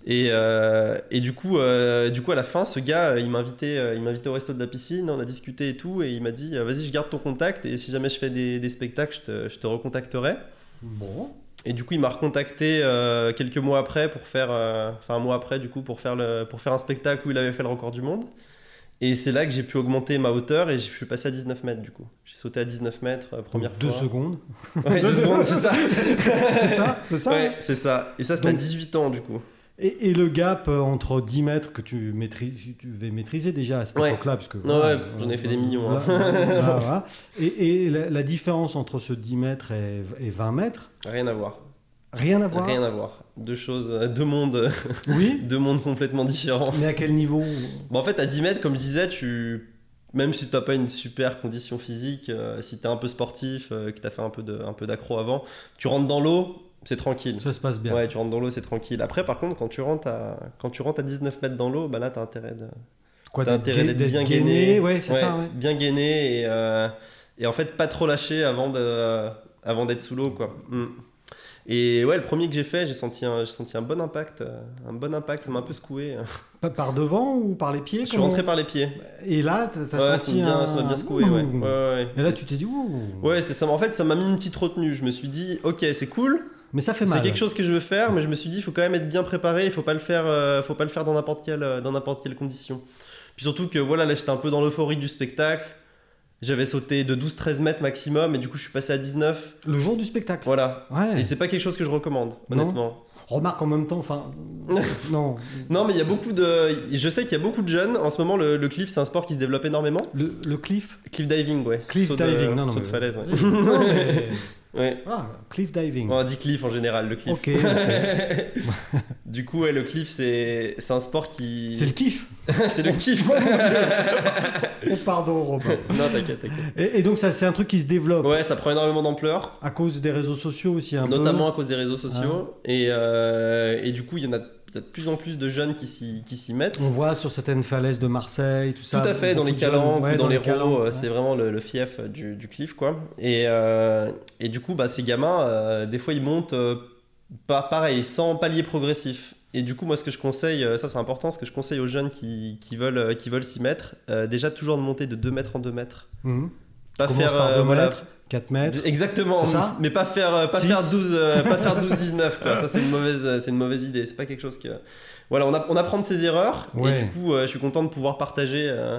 S2: Et, euh, et du coup, euh, du coup, à la fin, ce gars, euh, il m'invitait, euh, il m'invitait au resto de la piscine, on a discuté et tout, et il m'a dit, euh, vas-y, je garde ton contact, et si jamais je fais des, des spectacles, je te, je te recontacterai.
S1: Bon,
S2: Et du coup, il m'a recontacté euh, quelques mois après pour faire, euh, enfin un mois après du coup pour faire le, pour faire un spectacle où il avait fait le record du monde. Et c'est là que j'ai pu augmenter ma hauteur et je suis passé à 19 mètres du coup. J'ai sauté à 19 mètres euh, première
S1: deux
S2: fois. <laughs>
S1: secondes.
S2: Ouais, deux secondes, c'est <laughs> ça.
S1: c'est ça, c'est ça.
S2: Ouais, c'est ça. Et ça, c'était à
S1: Donc-
S2: 18 ans du coup.
S1: Et, et le gap euh, entre 10 mètres que tu maîtrises, tu vas maîtriser déjà à cette
S2: Ouais.
S1: époque-là, parce que
S2: ouais, j'en ai fait des millions, hein.
S1: là, là, voilà. Et, et la, la différence entre ce 10 mètres et, et 20 mètres,
S2: Rien à voir.
S1: rien à voir.
S2: Rien à voir. Deux choses, euh, deux mondes, <laughs>
S1: Oui,
S2: deux mondes complètement différents.
S1: mais à quel niveau
S2: Bon, en fait, à 10 mètres, comme je disais, tu. Même si t'as pas une super condition physique, euh, si t'es un peu sportif, euh, que t'as fait un peu de- un peu d'accro avant, tu rentres dans l'eau, c'est tranquille.
S1: ça se passe bien
S2: Ouais, tu rentres dans l'eau, c'est tranquille. Après, par contre, quand tu rentres à, quand tu rentres à 19 mètres dans l'eau, bah là, t'as intérêt de,
S1: Quoi,
S2: T'as
S1: d'être
S2: intérêt
S1: gai-
S2: d'être bien
S1: gainé,
S2: gainé.
S1: ouais, c'est
S2: Ouais,
S1: ça. ouais.
S2: Bien gainé et, euh, et en fait pas trop lâché avant de avant d'être sous l'eau quoi. Mm. Et ouais, le premier que j'ai fait, j'ai senti un j'ai senti un bon impact, euh, un bon impact, ça m'a un peu secoué.
S1: Pas par devant ou par les pieds
S2: Je suis
S1: comment-
S2: rentré par les pieds.
S1: Et là, t'as t'as
S2: Ouais, ça m'a
S1: senti
S2: bien,
S1: un-
S2: ça m'a bien secoué, ouais. Ouais, ouais,
S1: Et
S2: ouais.
S1: là, tu t'es dit ouh.
S2: Ouais, c'est ça. En fait, ça m'a mis une petite retenue. Je me suis dit, ok, c'est cool.
S1: Mais ça fait mal.
S2: C'est quelque chose que je veux faire, mais je me suis dit, il faut quand même être bien préparé. Il faut pas le faire, euh, faut pas le faire dans n'importe quelle, euh, dans n'importe quelle condition. Puis surtout que voilà, là, j'étais un peu dans l'euphorie du spectacle. J'avais sauté de 12-13 mètres maximum, et du coup, je suis passé à 19.
S1: Le jour du spectacle.
S2: Voilà.
S1: Ouais.
S2: Et c'est pas quelque chose que je recommande,
S1: Non.
S2: honnêtement.
S1: Remarque en même temps,
S2: <laughs>
S1: enfin, non.
S2: Non, mais il y a beaucoup de. Je sais qu'il y a beaucoup de jeunes. En ce moment, le, le cliff, c'est un sport qui se développe énormément.
S1: Le, le cliff.
S2: Cliff diving, ouais.
S1: Cliff
S2: Saut de-
S1: diving, non, non.
S2: saut de
S1: mais-
S2: falaise, ouais.
S1: <laughs> Non, mais-
S2: Ouais.
S1: Voilà, cliff diving.
S2: On dit cliff en général, le cliff.
S1: Ok, ok.
S2: Du coup, ouais, le cliff, c'est c'est un sport qui.
S1: <laughs> c'est le kiff.
S2: <laughs> C'est
S1: <laughs>
S2: le kiff.
S1: Oh, pardon, Robin.
S2: non, t'inquiète, t'inquiète.
S1: Et, et donc, ça, c'est un truc qui se développe
S2: Ouais, ça prend énormément d'ampleur,
S1: à cause des réseaux sociaux aussi, un peu. Ah.
S2: notamment à cause des réseaux sociaux. Et, euh, et du coup, il y en a de de plus en plus de jeunes qui s'y qui s'y mettent.
S1: On voit sur certaines falaises de Marseille, tout ça.
S2: Tout à fait, dans
S1: beaucoup
S2: les
S1: de jeunes,
S2: calanques,
S1: ouais,
S2: ou dans, les,
S1: calanques,
S2: rots, euh,
S1: ouais.
S2: c'est vraiment le, le fief euh, du, du cliff, quoi. Et, euh, et du coup, bah, ces gamins, euh, des fois, ils montent euh, pas pareil, sans palier progressif. Et du coup, moi, ce que je conseille, euh, ça c'est important, ce que je conseille aux jeunes qui, qui veulent euh, qui veulent s'y mettre, euh, déjà toujours de monter de 2 mètres en 2 mètres.
S1: Mhm.
S2: Pas
S1: Commence par
S2: euh,
S1: 2
S2: voilà,
S1: mètres, 4 mètres.
S2: Exactement,
S1: C'est ça
S2: mais pas faire, euh, pas
S1: Six.
S2: faire 12, euh, pas faire
S1: <laughs>
S2: 12, 19, quoi. Ça, c'est une mauvaise, euh, c'est une mauvaise idée. C'est pas quelque chose que. Voilà, on, a- on apprend de ses erreurs.
S1: Ouais.
S2: Et du coup, euh, je suis content de pouvoir partager euh,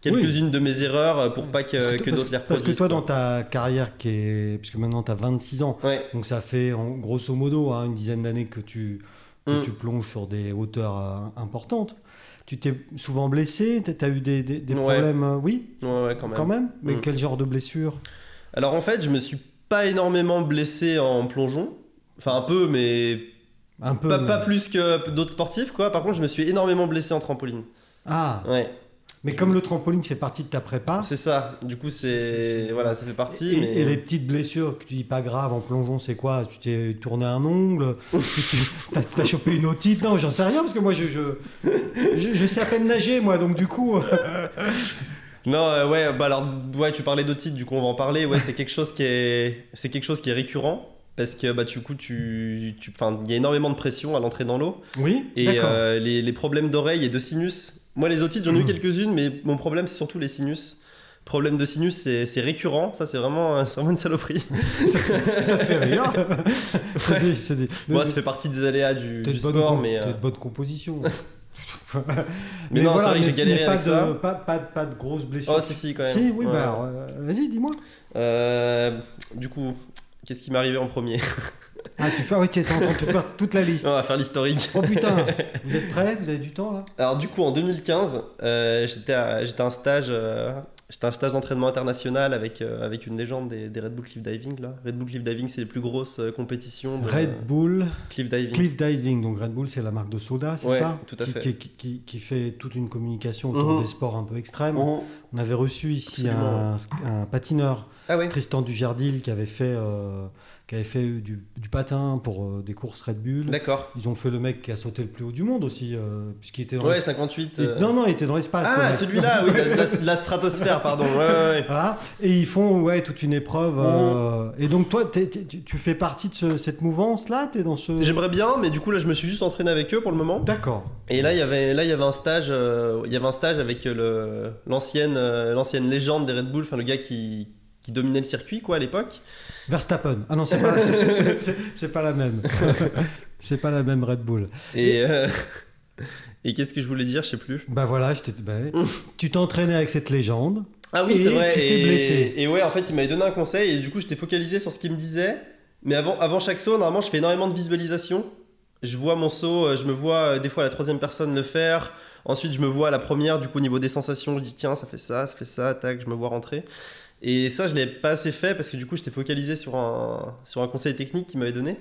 S2: quelques-unes de mes erreurs euh, pour pas que,
S1: Parce que,
S2: que
S1: parce
S2: d'autres les
S1: parce
S2: reproduisent.
S1: que toi,
S2: quoi.
S1: dans ta carrière qui est. Puisque maintenant, tu as 26 ans.
S2: Ouais.
S1: Donc ça fait en grosso modo hein, une dizaine d'années que, tu, que
S2: Mm.
S1: tu plonges sur des hauteurs euh, importantes. Tu t'es souvent blessé, tu as eu des, des- des
S2: Ouais.
S1: problèmes, euh, oui,
S2: Ouais, ouais, quand même.
S1: quand même. Mais
S2: Mm.
S1: quel genre de blessure
S2: Alors en fait, je me suis pas énormément blessé en plongeon. Enfin, un peu, mais
S1: Un peu.
S2: pas,
S1: mais-
S2: pas plus que d'autres sportifs, quoi. Par contre, je me suis énormément blessé en trampoline.
S1: Ah,
S2: Ouais,
S1: mais comme le trampoline fait partie de ta prépa,
S2: c'est ça. Du coup,
S1: Ah. C'est-
S2: c'est.
S1: c'est-
S2: Voilà, ça fait partie.
S1: et,
S2: mais...
S1: et les petites blessures que tu dis pas grave en plongeon, c'est quoi Tu t'es tourné un ongle
S2: <laughs>
S1: Tu t'es- T'as t'as chopé une otite Non, j'en sais rien parce que moi je, je, je, je sais à peine nager, moi, donc du coup. euh,
S2: Non, euh, ouais, bah alors, ouais, tu parlais d'autres titres, du coup, on va en parler. Ouais, c'est quelque chose qui est, c'est quelque chose qui est récurrent parce que bah du coup, tu, tu, enfin, il y a énormément de pression à l'entrée dans l'eau
S1: Oui,
S2: et
S1: d'accord.
S2: euh, les, les problèmes d'oreilles et de sinus. Moi, les otites, j'en ai eu
S1: Mhm.
S2: quelques-unes, mais mon problème, c'est surtout les sinus. Problème de sinus, c'est c'est récurrent. Ça, c'est vraiment, <laughs> c'est vraiment une saloperie.
S1: ça, te- ça te fait
S2: <laughs>
S1: rire. C'est des- c'est des-
S2: Moi, ça fait partie des aléas du,
S1: T'es
S2: du
S1: de, bonne
S2: sport,
S1: com-
S2: mais, euh,
S1: t'es de bonne composition.
S2: <laughs> mais non,
S1: voilà,
S2: c'est vrai que j'ai
S1: mais-
S2: galéré
S1: mais pas
S2: avec
S1: de,
S2: ça.
S1: Pas, pas, pas de grosses blessures.
S2: Oh, si, si, quand même.
S1: Si, oui,
S2: Ouais.
S1: bah, alors, euh, vas-y, dis-moi.
S2: Euh, du coup, qu'est-ce qui m'est arrivé en premier <laughs>
S1: Ah, tu fais, ah oui, tu es en train de faire toute la liste.
S2: On va faire l'historique.
S1: Oh
S2: <laughs>
S1: putain, vous êtes prêts Vous avez du temps là
S2: Alors du coup en 2015, euh, j'étais à, j'étais à un stage, euh, j'étais à un stage d'entraînement international avec euh, avec une légende des, des Red Bull Cliff Diving là. Red Bull Cliff Diving c'est les plus grosses euh, compétitions de
S1: Red Bull,
S2: Cliff Diving.
S1: Cliff Diving. Donc Red Bull, c'est la marque de soda, c'est
S2: Ouais,
S1: ça
S2: tout à
S1: qui,
S2: fait.
S1: Qui, qui- qui fait toute une communication autour
S2: Mhm.
S1: des sports un peu extrêmes.
S2: Oh.
S1: On avait reçu ici un,
S2: Absolument.
S1: un patineur
S2: Ah oui.
S1: Tristan Dujardil qui avait fait, euh, qui avait fait du, du patin pour euh, des courses Red Bull.
S2: D'accord.
S1: Ils ont fait le mec qui a sauté le plus haut du monde aussi, euh, puisqu'il était dans
S2: Ouais
S1: l'espace.
S2: 58.
S1: Il-
S2: euh.
S1: Non, non, il était dans l'espace. le
S2: ah
S1: mec.
S2: celui-là oui la, la- la stratosphère pardon. Ouais, ouais, ouais.
S1: <laughs> Voilà. Et ils font ouais, toute une épreuve. euh, Et donc, toi, t'es- t'es- tu tu fais partie de ce- cette mouvance-là T'es dans ce.
S2: J'aimerais bien mais du coup là je me suis juste entraîné avec eux pour le moment.
S1: D'accord.
S2: Et là, il y avait, là, il y avait un stage, euh, il y avait un stage avec euh, le- l'ancienne, euh, l'ancienne légende des Red Bull, enfin le gars qui, qui dominait le circuit, quoi, à l'époque.
S1: Verstappen. Ah non, c'est pas,
S2: <laughs>
S1: c'est- c'est- c'est pas la même. <laughs> c'est pas la même Red Bull.
S2: Et, euh, <laughs> et qu'est-ce que je voulais dire, je sais plus.
S1: Bah voilà, je t'ai- bah, tu t'entraînais avec cette légende.
S2: Ah
S1: Et
S2: oui, c'est vrai.
S1: tu t'es
S2: et,
S1: blessé.
S2: et ouais, en fait, il m'avait donné un conseil et du coup, j'étais focalisé sur ce qu'il me disait. Mais avant, avant chaque saut, normalement, je fais énormément de visualisation. Je vois mon saut, euh, je me vois euh, des fois la troisième personne le faire. Ensuite, je me vois à la première, du coup, au niveau des sensations, je dis tiens, ça fait ça, ça fait ça, tac, je me vois rentrer. Et ça, je l'ai pas assez fait parce que du coup, j'étais focalisé sur un, sur un conseil technique qu'il m'avait donné.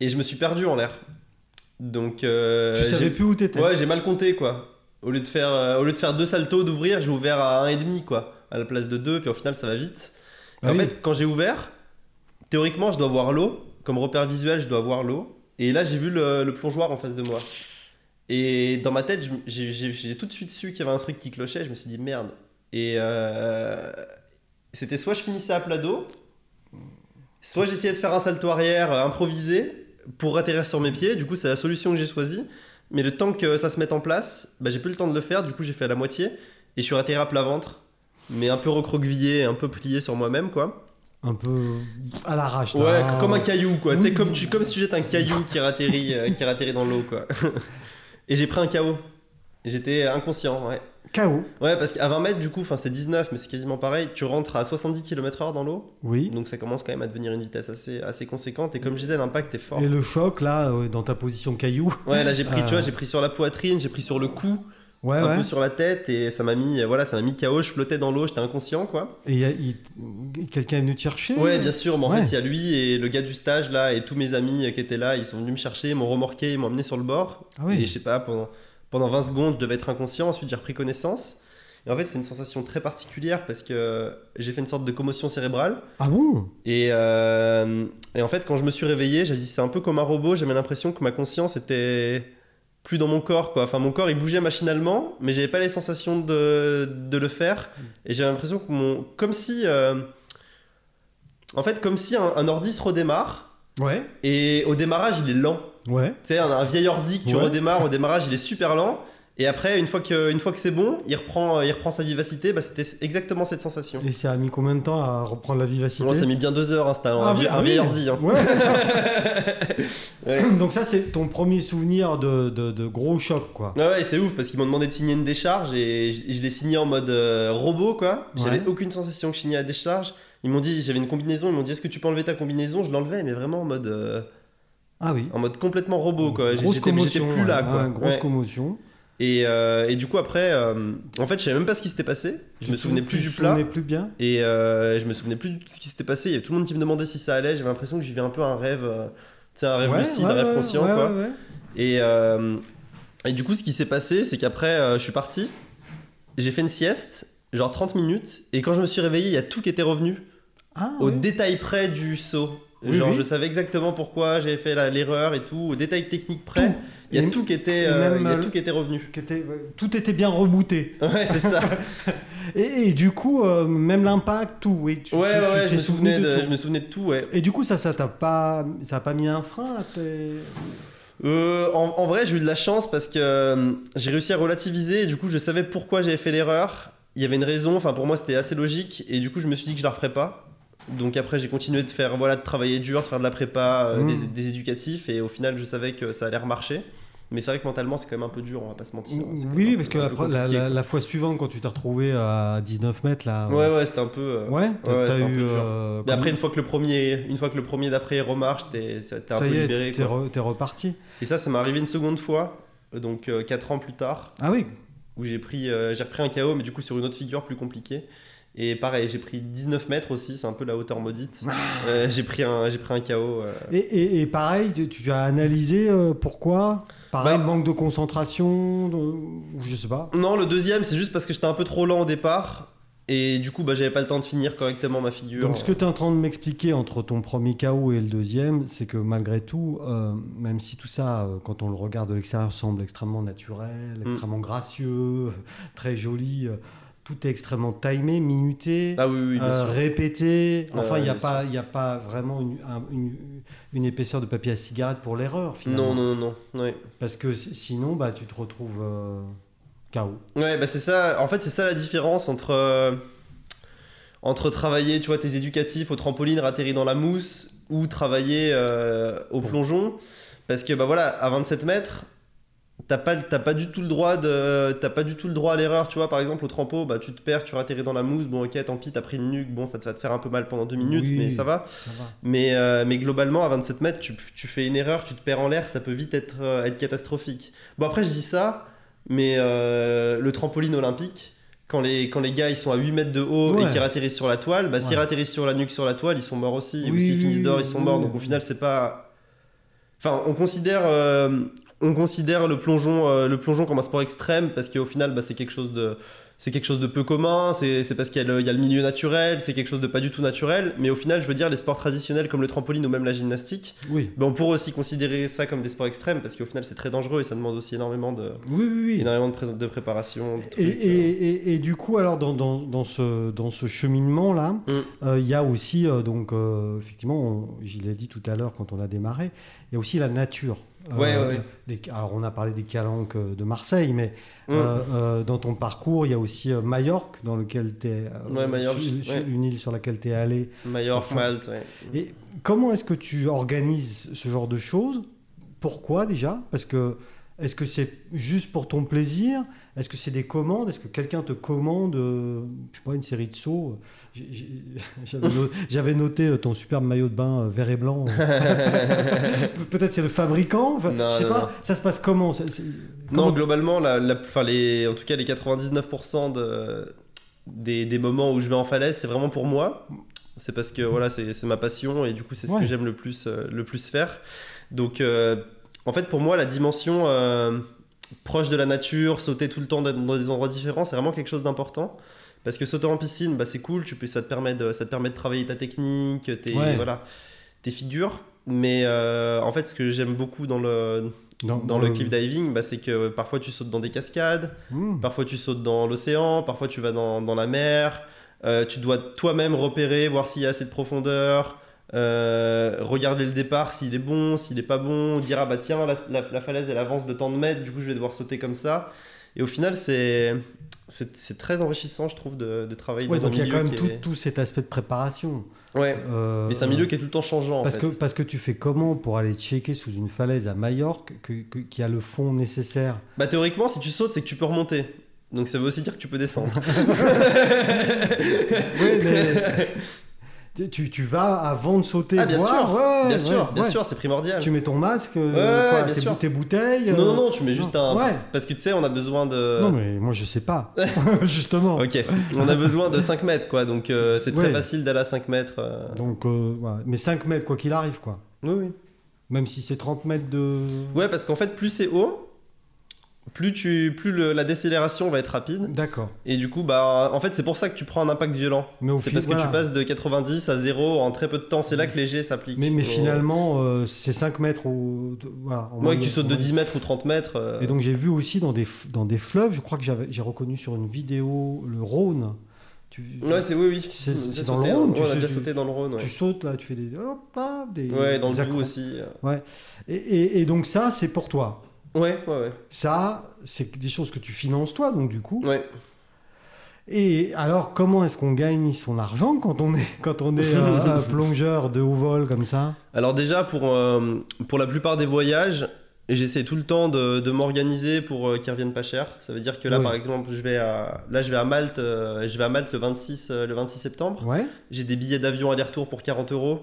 S2: Et je me suis perdu en l'air. Donc, euh,
S1: tu savais
S2: j'ai-
S1: plus où t'étais.
S2: Ouais, j'ai mal compté quoi. Au lieu de faire, euh, au lieu de faire deux saltos, d'ouvrir, j'ai ouvert à un et demi quoi, à la place de deux. Puis au final, ça va vite. Et
S1: Ah
S2: en
S1: oui.
S2: fait, quand j'ai ouvert, théoriquement, je dois voir l'eau. Comme repère visuel, je dois voir l'eau. Et là, j'ai vu le, le plongeoir en face de moi. Et dans ma tête, je- j'ai- j'ai j'ai tout de suite su qu'il y avait un truc qui clochait. Je me suis dit merde. Et euh, c'était soit je finissais à plat dos, soit j'essayais de faire un salto arrière euh, improvisé pour atterrir sur mes pieds. Du coup, c'est la solution que j'ai choisie. Mais le temps que ça se mette en place, bah, j'ai plus le temps de le faire. Du coup, j'ai fait à la moitié et je suis atterri à plat ventre, mais un peu recroquevillé, un peu plié sur moi-même, quoi.
S1: Un peu à l'arrache.
S2: Ouais,
S1: là.
S2: comme un caillou, quoi. Tu
S1: Oui.
S2: sais, comme, tu- comme si tu jettes un caillou
S1: <laughs>
S2: qui ratterrit, euh, qui ratterrit dans l'eau, quoi. <laughs> et j'ai pris un KO. J'étais inconscient, ouais.
S1: KO.
S2: Ouais, parce qu'à 20 mètres, du coup, enfin, c'était 19, mais c'est quasiment pareil. Tu rentres à 70 km/h dans l'eau.
S1: Oui.
S2: Donc ça commence quand même à devenir une vitesse assez, assez conséquente. Et comme je disais, l'impact est fort.
S1: Et le choc, là, euh, dans ta position caillou.
S2: Oh. Ouais, là j'ai pris,
S1: Ah.
S2: tu vois, j'ai pris sur la poitrine, j'ai pris sur le cou,
S1: Ouais,
S2: un
S1: Ah ouais.
S2: peu sur la tête, et ça m'a mis, voilà, ça m'a mis KO. Je flottais dans l'eau, j'étais inconscient, quoi.
S1: Et il y a- il- quelqu'un est venu te chercher
S2: Ouais, bien sûr, mais en
S1: Ouais.
S2: fait, il y a lui et le gars du stage là, et tous mes amis euh, qui étaient là, ils sont venus me chercher, ils m'ont remorqué, ils m'ont emmené sur le bord.
S1: Ah oui.
S2: Et je sais pas, pendant, pendant 20 secondes, je devais être inconscient, ensuite j'ai repris connaissance. Et en fait, c'est une sensation très particulière parce que j'ai fait une sorte de commotion cérébrale.
S1: Ah bon
S2: Et, euh, et en fait, quand je me suis réveillé, j'ai dit c'est un peu comme un robot. J'avais l'impression que ma conscience était plus dans mon corps quoi. Enfin mon corps il bougeait machinalement, mais j'avais pas les sensations de, de le faire et j'avais l'impression que mon comme si euh, en fait comme si un, un ordi se redémarre
S1: Ouais,
S2: et au démarrage il est lent.
S1: ouais.
S2: Tu sais on a un vieil ordi que tu
S1: Ouais.
S2: redémarres au démarrage il est super lent et après une fois que une fois que c'est bon il reprend euh, il reprend sa vivacité. Bah c'était exactement cette sensation.
S1: Et ça a mis combien de temps à reprendre la vivacité
S2: Moi ça a mis bien deux heures hein, c'était un,
S1: Ah
S2: vie-
S1: oui,
S2: un
S1: ah oui.
S2: vieil ordi. hein.
S1: Ouais.
S2: <laughs> Ouais.
S1: <laughs> Donc ça, c'est ton premier souvenir de, de- de gros choc, quoi.
S2: Ouais, ouais, c'est ouf parce qu'ils m'ont demandé de signer une décharge et je, je l'ai signé en mode euh, robot quoi. J'avais
S1: Ouais.
S2: aucune sensation que je signais la décharge. Ils m'ont dit, j'avais une combinaison, ils m'ont dit est-ce que tu peux enlever ta combinaison Je l'enlevais, mais vraiment en mode, euh,
S1: Ah oui.
S2: en mode complètement robot Oh, quoi. J'ai-
S1: Grosse
S2: J'étais j'étais
S1: commotion.
S2: plus là
S1: ouais,
S2: quoi.
S1: ouais, grosse
S2: Ouais.
S1: commotion.
S2: Et, euh, et du coup, après, euh, en fait, je savais même pas ce qui s'était passé. Je
S1: Tu
S2: me
S1: te-
S2: souvenais plus
S1: tu
S2: du
S1: te
S2: plat
S1: souvenais plus bien.
S2: et euh, je me souvenais plus de ce qui s'était passé. Il y avait tout le monde qui me demandait si ça allait. J'avais l'impression que je vivais un peu un rêve, euh, tu sais, un rêve
S1: Ouais,
S2: lucide,
S1: ouais,
S2: un rêve
S1: ouais,
S2: conscient
S1: ouais,
S2: quoi.
S1: ouais, ouais.
S2: Et, euh, et du coup, ce qui s'est passé, c'est qu'après, euh, je suis parti, j'ai fait une sieste, genre 30 minutes, et quand je me suis réveillé, il y a tout qui était revenu,
S1: Ah,
S2: au
S1: ouais.
S2: détail près du saut.
S1: Oui,
S2: genre,
S1: oui.
S2: je savais exactement pourquoi j'avais fait la- l'erreur et tout, au détail technique près,
S1: Tout.
S2: il y a,
S1: Et-
S2: tout qui, était,
S1: et
S2: euh,
S1: même,
S2: il y a
S1: euh,
S2: tout qui
S1: <laughs>
S2: était revenu.
S1: Qui était- ouais, Tout était bien rebooté.
S2: Ouais, c'est ça.
S1: Et, et du coup, euh, même l'impact, tout. Oui, tu,
S2: ouais,
S1: tu-
S2: ouais,
S1: tu
S2: ouais,
S1: t'es
S2: je me,
S1: souvenu
S2: souvenais de,
S1: tout.
S2: je me souvenais de tout, ouais.
S1: Et du coup, ça, ça t'a pas, ça a pas mis un frein à tes.
S2: Euh, en, en vrai, j'ai eu de la chance parce que euh, j'ai réussi à relativiser et du coup, je savais pourquoi j'avais fait l'erreur. Il y avait une raison, enfin pour moi c'était assez logique et du coup, je me suis dit que je la referais pas. Donc après, j'ai continué de faire voilà de travailler dur, de faire de la prépa, euh,
S1: Mm.
S2: des, des éducatifs et au final, je savais que ça allait remarcher. Mais c'est vrai que mentalement, c'est quand même un peu dur, on va pas se mentir. hein. C'est
S1: Oui,
S2: quand même
S1: oui,
S2: un
S1: parce que
S2: peu- un
S1: la,
S2: peu
S1: la-
S2: compliqué.
S1: la fois suivante, quand tu t'es retrouvé à 19 mètres, là.
S2: Ouais, ouais, c'était un peu. euh,
S1: Ouais, t'as
S2: ouais,
S1: t'as
S2: c'était un peu
S1: eu.
S2: dur.
S1: euh,
S2: Mais après,
S1: comment-
S2: une fois que le premier, une fois que le premier d'après remarche, t'es ça- t'es un
S1: ça
S2: peu
S1: y est,
S2: libéré.
S1: t'es- t'es
S2: quoi.
S1: re- t'es reparti.
S2: Et ça, ça m'est arrivé une seconde fois, euh, donc 4 ans plus tard.
S1: Ah oui,
S2: où j'ai pris euh, j'ai repris un KO mais du coup sur une autre figure plus compliquée et pareil j'ai pris 19 mètres aussi c'est un peu la hauteur maudite
S1: Ah.
S2: Euh, j'ai pris un j'ai pris un KO euh.
S1: Et, et- et pareil, tu, tu as analysé euh, pourquoi Pareil,
S2: Bah-
S1: manque de concentration, de- ou je sais pas.
S2: non le deuxième c'est juste parce que j'étais un peu trop lent au départ et du coup bah j'avais pas le temps de finir correctement ma figure
S1: Donc ce que tu es en train de m'expliquer entre ton premier KO et le deuxième, c'est que malgré tout, euh, même si tout ça, euh, quand on le regarde de l'extérieur, semble extrêmement naturel,
S2: Mm.
S1: extrêmement gracieux, <laughs> très joli, euh, tout est extrêmement timé, minuté.
S2: ah oui oui, oui, bien
S1: euh,
S2: sûr.
S1: répété,
S2: Ouais,
S1: enfin il n'y a,
S2: bien sûr.
S1: pas- il y a pas vraiment une, un- une- une épaisseur de papier à cigarette pour l'erreur finalement.
S2: non non non non ouais.
S1: Parce que si- sinon, bah, tu te retrouves euh, KO.
S2: Ouais, bah c'est ça. En fait, c'est ça la différence entre euh, entre travailler, tu vois, tes éducatifs au trampoline, atterrir dans la mousse, ou travailler euh, au plongeon, parce que bah voilà, à 27 mètres, t'as pas t'as pas du tout le droit de t'as pas du tout le droit à l'erreur, tu vois. Par exemple, au trampo, bah tu te perds, tu atterris dans la mousse, bon ok, tant pis, t'as pris une nuque, bon ça te va te faire un peu mal pendant deux minutes,
S1: Oui.
S2: mais ça va.
S1: Ça va.
S2: Mais, euh, mais globalement, à 27 mètres, tu, tu fais une erreur, tu te perds en l'air, ça peut vite être, euh, être catastrophique. Bon, après, je dis ça, mais euh, le trampoline olympique, quand les, quand les gars ils sont à 8 mètres de haut et
S1: Ouais.
S2: qu'ils ratterrissent sur la toile, bah, s'ils
S1: Ouais.
S2: ratterrissent sur la nuque sur la toile, ils sont morts aussi. Ou
S1: Oui,
S2: s'ils
S1: oui,
S2: finissent
S1: oui,
S2: dehors, ils sont
S1: oui,
S2: morts.
S1: oui.
S2: Donc au final, c'est pas. Enfin, on considère. euh, on considère le plongeon, euh, le plongeon comme un sport extrême parce qu'au final, bah, c'est quelque chose de, c'est quelque chose de peu commun. C'est c'est parce qu'il y, a le- il y a le milieu naturel, c'est quelque chose de pas du tout naturel. Mais au final, je veux dire, les sports traditionnels comme le trampoline ou même la gymnastique,
S1: Oui.
S2: bah, on pourrait aussi considérer ça comme des sports extrêmes parce qu'au final, c'est très dangereux et ça demande aussi énormément de,
S1: Oui, oui, oui.
S2: énormément de, pré- de préparation. de trucs,
S1: Et,
S2: euh.
S1: et- et- et du coup, alors dans, dans- dans ce, dans ce cheminement-là, euh,
S2: Mm.
S1: il y a aussi, euh, donc euh, effectivement, on- je l'ai dit tout à l'heure quand on a démarré, il y a aussi la nature. euh,
S2: Ouais, ouais, ouais.
S1: des- alors on a parlé des calanques euh, de Marseille, mais
S2: Mm.
S1: euh, euh, dans ton parcours, il y a aussi euh, Majorque, dans lequel tu es...
S2: Ouais, Majorque, ouais.
S1: Une île sur laquelle tu es allé.
S2: Majorque,
S1: enfin,
S2: Malte, ouais.
S1: Et comment est-ce que tu organises ce genre de choses Pourquoi déjà Parce que est-ce que c'est juste pour ton plaisir Est-ce que c'est des commandes Est-ce que quelqu'un te commande, euh, je sais pas, une série de sauts J'ai- <laughs> j'ai- J'avais no- j'avais noté euh, ton superbe maillot de bain euh, vert et
S2: <laughs>
S1: blanc. <laughs> Pe- Peut-être c'est le fabricant. Enfin,
S2: Non,
S1: je sais
S2: non,
S1: pas.
S2: non.
S1: Ça se passe comment C'est- c'est-
S2: Non,
S1: comment-
S2: globalement, la, la- enfin, les, en tout cas, les 99% de, des, des moments où je vais en falaise, c'est vraiment pour moi. C'est parce que voilà, c'est c'est ma passion et du coup, c'est ce
S1: Ouais.
S2: que j'aime le, plus, euh, le plus faire. Donc, euh, en fait, pour moi, la dimension euh, proche de la nature, sauter tout le temps dans- dans des endroits différents, c'est vraiment quelque chose d'important. Parce que sauter en piscine, bah, c'est cool, tu peux, ça, te permet de, ça te permet de travailler ta technique, tes,
S1: Ouais.
S2: voilà, tes figures. Mais euh, en fait, ce que j'aime beaucoup dans le,
S1: Dans,
S2: dans le cliff diving, bah, c'est que parfois tu sautes dans des cascades,
S1: Hmm.
S2: parfois tu sautes dans l'océan, parfois tu vas dans, dans la mer. Euh, tu dois toi-même repérer, voir s'il y a assez de profondeur, euh, regarder le départ, s'il est bon, s'il est pas bon, dire ah bah tiens, la, la- la falaise elle avance de tant de mètres, du coup je vais devoir sauter comme ça. Et au final, c'est c'est c'est très enrichissant, je trouve, de, de travailler
S1: Ouais,
S2: dans un
S1: donc il y a
S2: milieu
S1: quand même
S2: qui
S1: tout,
S2: est...
S1: tout cet aspect de préparation.
S2: Ouais,
S1: Euh,
S2: mais c'est un milieu qui est tout le temps changeant. en
S1: Parce
S2: fait.
S1: que, parce que tu fais comment pour aller checker sous une falaise à Majorque que- que- qu'il y a le fond nécessaire
S2: Bah théoriquement, si tu sautes, c'est que tu peux remonter. Donc ça veut aussi dire que tu peux descendre.
S1: Oui, mais
S2: <laughs>
S1: tu- tu, tu vas avant de sauter
S2: Ah, bien
S1: voir.
S2: sûr.
S1: ouais, ouais,
S2: bien sûr,
S1: ouais,
S2: bien
S1: ouais.
S2: sûr, c'est primordial.
S1: Tu mets ton masque, euh,
S2: Ouais,
S1: quoi,
S2: bien
S1: tes,
S2: sûr.
S1: bou- tes bouteilles. euh,
S2: Non, non, non, tu mets juste un.
S1: Ouais.
S2: Parce que tu sais, on a besoin de.
S1: Non, mais moi je sais pas. Justement.
S2: <laughs> Ok, on a besoin de 5 mètres, quoi. Donc euh, c'est très
S1: Ouais.
S2: facile d'aller à 5 mètres. euh.
S1: Donc, euh, voilà. mais 5 mètres, quoi qu'il arrive, quoi.
S2: Oui, oui.
S1: Même si c'est 30 mètres de.
S2: Ouais, parce qu'en fait, plus c'est haut, plus, tu, plus le- la décélération va être rapide.
S1: D'accord.
S2: Et du coup, bah, en fait, c'est pour ça que tu prends un impact violent.
S1: Mais au
S2: C'est
S1: fi-
S2: parce que
S1: voilà.
S2: tu passes de 90 à 0 en très peu de temps. C'est là que léger s'applique.
S1: Mais, mais
S2: Donc,
S1: finalement, euh, c'est 5 mètres. Au... de- Voilà, en
S2: Moi,
S1: moyenne.
S2: que tu sautes de 10 mètres ou 30 mètres. euh,
S1: Et donc j'ai vu aussi dans des, f- dans des fleuves, je crois que j'avais- j'ai reconnu sur une vidéo le Rhône. Tu,
S2: Ouais, c'est oui, oui.
S1: C'est-
S2: On a
S1: c'est
S2: déjà
S1: dans le
S2: sauté,
S1: Rhône,
S2: on-
S1: tu
S2: On a
S1: sais,
S2: déjà
S1: tu-
S2: sauté dans le Rhône,
S1: tu
S2: ouais.
S1: sautes là, tu fais des. hop là, des-
S2: Ouais, dans
S1: des
S2: le Doubs
S1: accros.
S2: aussi. euh.
S1: Et, et- et donc ça, c'est pour toi.
S2: Ouais, ouais, ouais.
S1: Ça, c'est des choses que tu finances toi, donc du coup.
S2: Ouais.
S1: Et alors, comment est-ce qu'on gagne son argent quand on est, quand on est
S2: <laughs>
S1: un, un plongeur de haut vol comme ça
S2: Alors déjà, pour, euh, pour la plupart des voyages, j'essaie tout le temps de, de m'organiser pour euh, qu'ils reviennent pas cher. Ça veut dire que là,
S1: Oui.
S2: par exemple, je vais à, là, je vais à Malte, euh, je vais à Malte le 26, euh, le 26 septembre.
S1: Ouais.
S2: J'ai des billets d'avion aller-retour pour 40 euros.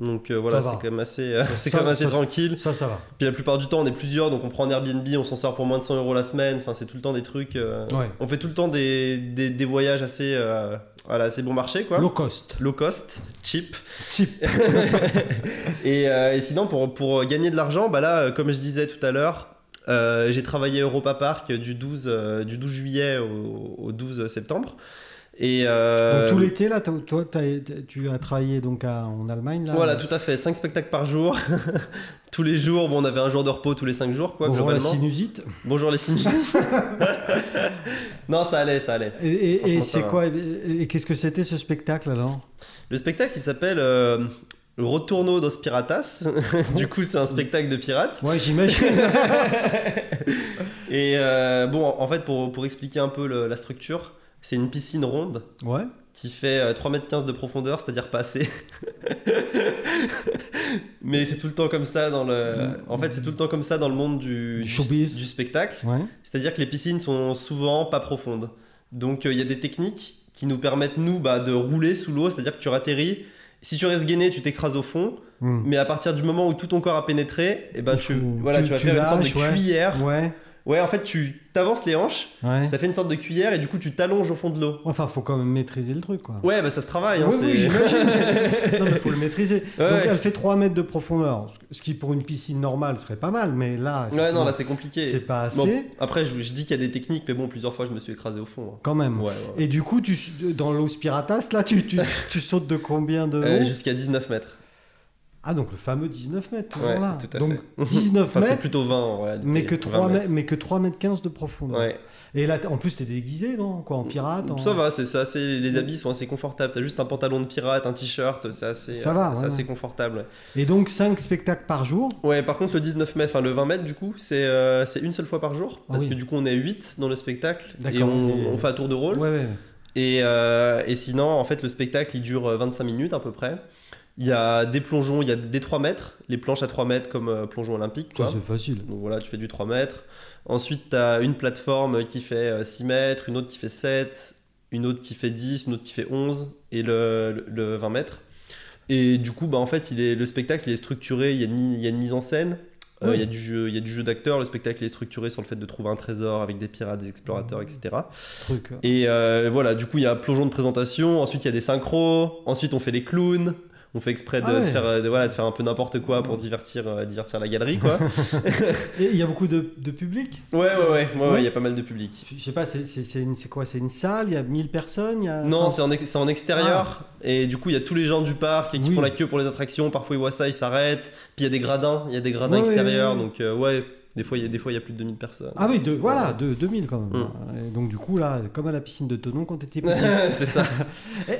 S2: Donc euh, voilà,
S1: Ça
S2: c'est
S1: va.
S2: quand même assez, euh, <laughs> c'est
S1: Ça-
S2: quand même assez
S1: ça-
S2: tranquille.
S1: Ça, ça va.
S2: Puis la plupart du temps, on est plusieurs, donc on prend un Airbnb, on s'en sort pour moins de 100 euros la semaine. Enfin, c'est tout le temps des trucs. euh,
S1: Ouais.
S2: On fait tout le temps des, des, des voyages assez, euh, voilà, assez bon marché, quoi.
S1: Low cost,
S2: Low cost, cheap.
S1: cheap.
S2: Et, euh, et sinon, pour, pour gagner de l'argent, bah là, euh, comme je disais tout à l'heure, euh, j'ai travaillé à Europa Park du 12, euh, du 12 juillet au, au 12 septembre. Et euh,
S1: donc tout l'été là, t'as- toi, t'as- tu as travaillé donc à- en Allemagne là.
S2: Voilà, tout à fait. 5 spectacles par jour. <laughs> tous les jours, bon, on avait un jour de repos tous les 5 jours, quoi,
S1: Bonjour la
S2: globalement.
S1: sinusite.
S2: Bonjour les sinus. <laughs> non, ça allait, ça allait.
S1: Et, et- et
S2: Franchement, ça
S1: c'est
S2: va.
S1: quoi Et, et qu'est-ce que c'était ce spectacle alors
S2: Le spectacle, il s'appelle euh, Retourno dos Piratas. <laughs> du coup, c'est un spectacle de pirates.
S1: Ouais, j'imagine.
S2: <laughs> Et euh, bon, en en fait, pour, pour expliquer un peu le- la structure, c'est une piscine ronde
S1: ouais.
S2: qui fait euh, 3m15 de profondeur, c'est-à-dire pas assez. <laughs> Mais c'est tout le temps comme ça dans le. En fait, c'est tout le temps comme ça dans le monde du,
S1: Du showbiz.
S2: du spectacle.
S1: Ouais.
S2: C'est-à-dire que les piscines sont souvent pas profondes. Donc euh, il y a des techniques qui nous permettent nous bah, de rouler sous l'eau, c'est-à-dire que tu ratterris. Si tu restes gainé, tu t'écrases au fond.
S1: Hmm.
S2: Mais à partir du moment où tout ton corps a pénétré, et ben
S1: Il
S2: tu,
S1: faut-
S2: voilà,
S1: tu-
S2: tu vas
S1: tu
S2: faire une
S1: lâches,
S2: sorte de
S1: ouais.
S2: cuillère.
S1: Ouais.
S2: Ouais, en fait, tu t'avances les hanches,
S1: Ouais.
S2: ça fait une sorte de cuillère et du coup, tu t'allonges au fond de l'eau.
S1: Enfin, faut quand même maîtriser le truc quoi.
S2: Ouais, bah ça se travaille. hein,
S1: Oui, oui,
S2: c'est-
S1: j'imagine. non, mais faut le maîtriser. Donc,
S2: Ouais, ouais.
S1: elle fait 3 mètres de profondeur, ce qui pour une piscine normale serait pas mal, mais là,
S2: <laughs> ouais, non,
S1: effectivement,
S2: là, c'est compliqué.
S1: c'est pas assez
S2: Bon, après, je, je dis qu'il y a des techniques, mais bon, plusieurs fois, je me suis écrasé au fond. hein.
S1: quand même.
S2: Ouais, ouais.
S1: Et du coup, tu, dans l'os piratas, là, tu,
S2: <laughs>
S1: tu, tu sautes de combien de haut
S2: Euh, Jusqu'à 19 mètres.
S1: Ah, donc le fameux 19 mètres, toujours
S2: Ouais,
S1: là.
S2: tout à
S1: donc
S2: fait. <laughs>
S1: 19
S2: Enfin, c'est
S1: mètres,
S2: plutôt 20 en réalité.
S1: mais que,
S2: 20
S1: 3 mètres, mais que 3 mètres hein. 15 de profondeur.
S2: Ouais.
S1: Et là, t- en plus, t'es déguisé, non Quoi, en pirate en-
S2: Ça va, c'est c'est assez. Les habits sont assez confortables. T'as juste un pantalon de pirate, un t-shirt, c'est assez,
S1: Ça
S2: euh,
S1: va,
S2: c'est
S1: ouais,
S2: assez
S1: ouais.
S2: confortable.
S1: Et donc, 5 spectacles par jour
S2: Ouais, par contre, le 19 mètres, enfin le 20 mètres, du coup, c'est euh, c'est une seule fois par jour.
S1: Ah
S2: Parce
S1: oui.
S2: que du coup, on est 8 dans le spectacle. Et
S1: D'accord,
S2: on,
S1: et-
S2: on fait à tour de rôle.
S1: Ouais, ouais. ouais.
S2: Et, euh, et sinon, en fait, le spectacle, il dure euh, 25 minutes à peu près. Il y a des plongeons, il y a des 3 mètres, les planches à 3 mètres comme euh, plongeon olympique.
S1: Ça,
S2: Quoi.
S1: c'est facile.
S2: Donc voilà, tu fais du 3 mètres. Ensuite, tu as une plateforme qui fait euh, 6 mètres, une autre qui fait 7, une autre qui fait 10, une autre qui fait 11 et le, le- le 20 mètres. Et du coup, bah, en fait, il est, le spectacle il est structuré, il y a une, mi- il y a une mise en scène. euh,
S1: Oui.
S2: Il y a du jeu, il y a du jeu d'acteur, le spectacle il est structuré sur le fait de trouver un trésor avec des pirates, des explorateurs, etc.
S1: Truc.
S2: Et euh, voilà, du coup, il y a plongeon de présentation, ensuite il y a des synchros, ensuite on fait les clowns, on fait exprès de,
S1: Ah ouais.
S2: de faire, euh, de- voilà, de faire un peu n'importe quoi pour divertir, euh, divertir la galerie, quoi.
S1: Et il y a beaucoup de, de public
S2: ouais, ouais, ouais, ouais, ouais, il
S1: Ouais.
S2: y a pas mal de public.
S1: Je je sais pas, c'est- c'est c'est une- c'est quoi C'est une salle Il y a 1000 personnes il y a
S2: Non,
S1: 500
S2: c'est en, ex- c'est en extérieur, et du coup, il y a tous les gens du parc qui
S1: Ah. Oui.
S2: font la queue pour les attractions, parfois ils voient ça, ils s'arrêtent, puis il y a des gradins, il y a des gradins
S1: Ouais, ouais,
S2: extérieurs,
S1: ouais, ouais.
S2: donc euh, ouais, Des fois, il y a, des fois, il y a plus de 2000 personnes.
S1: Ah oui, de, voilà, de 2000 quand même. Et donc du coup, là, comme à la piscine de Tonon quand t'étais petit.
S2: <laughs> c'est Hum. <laughs> ça.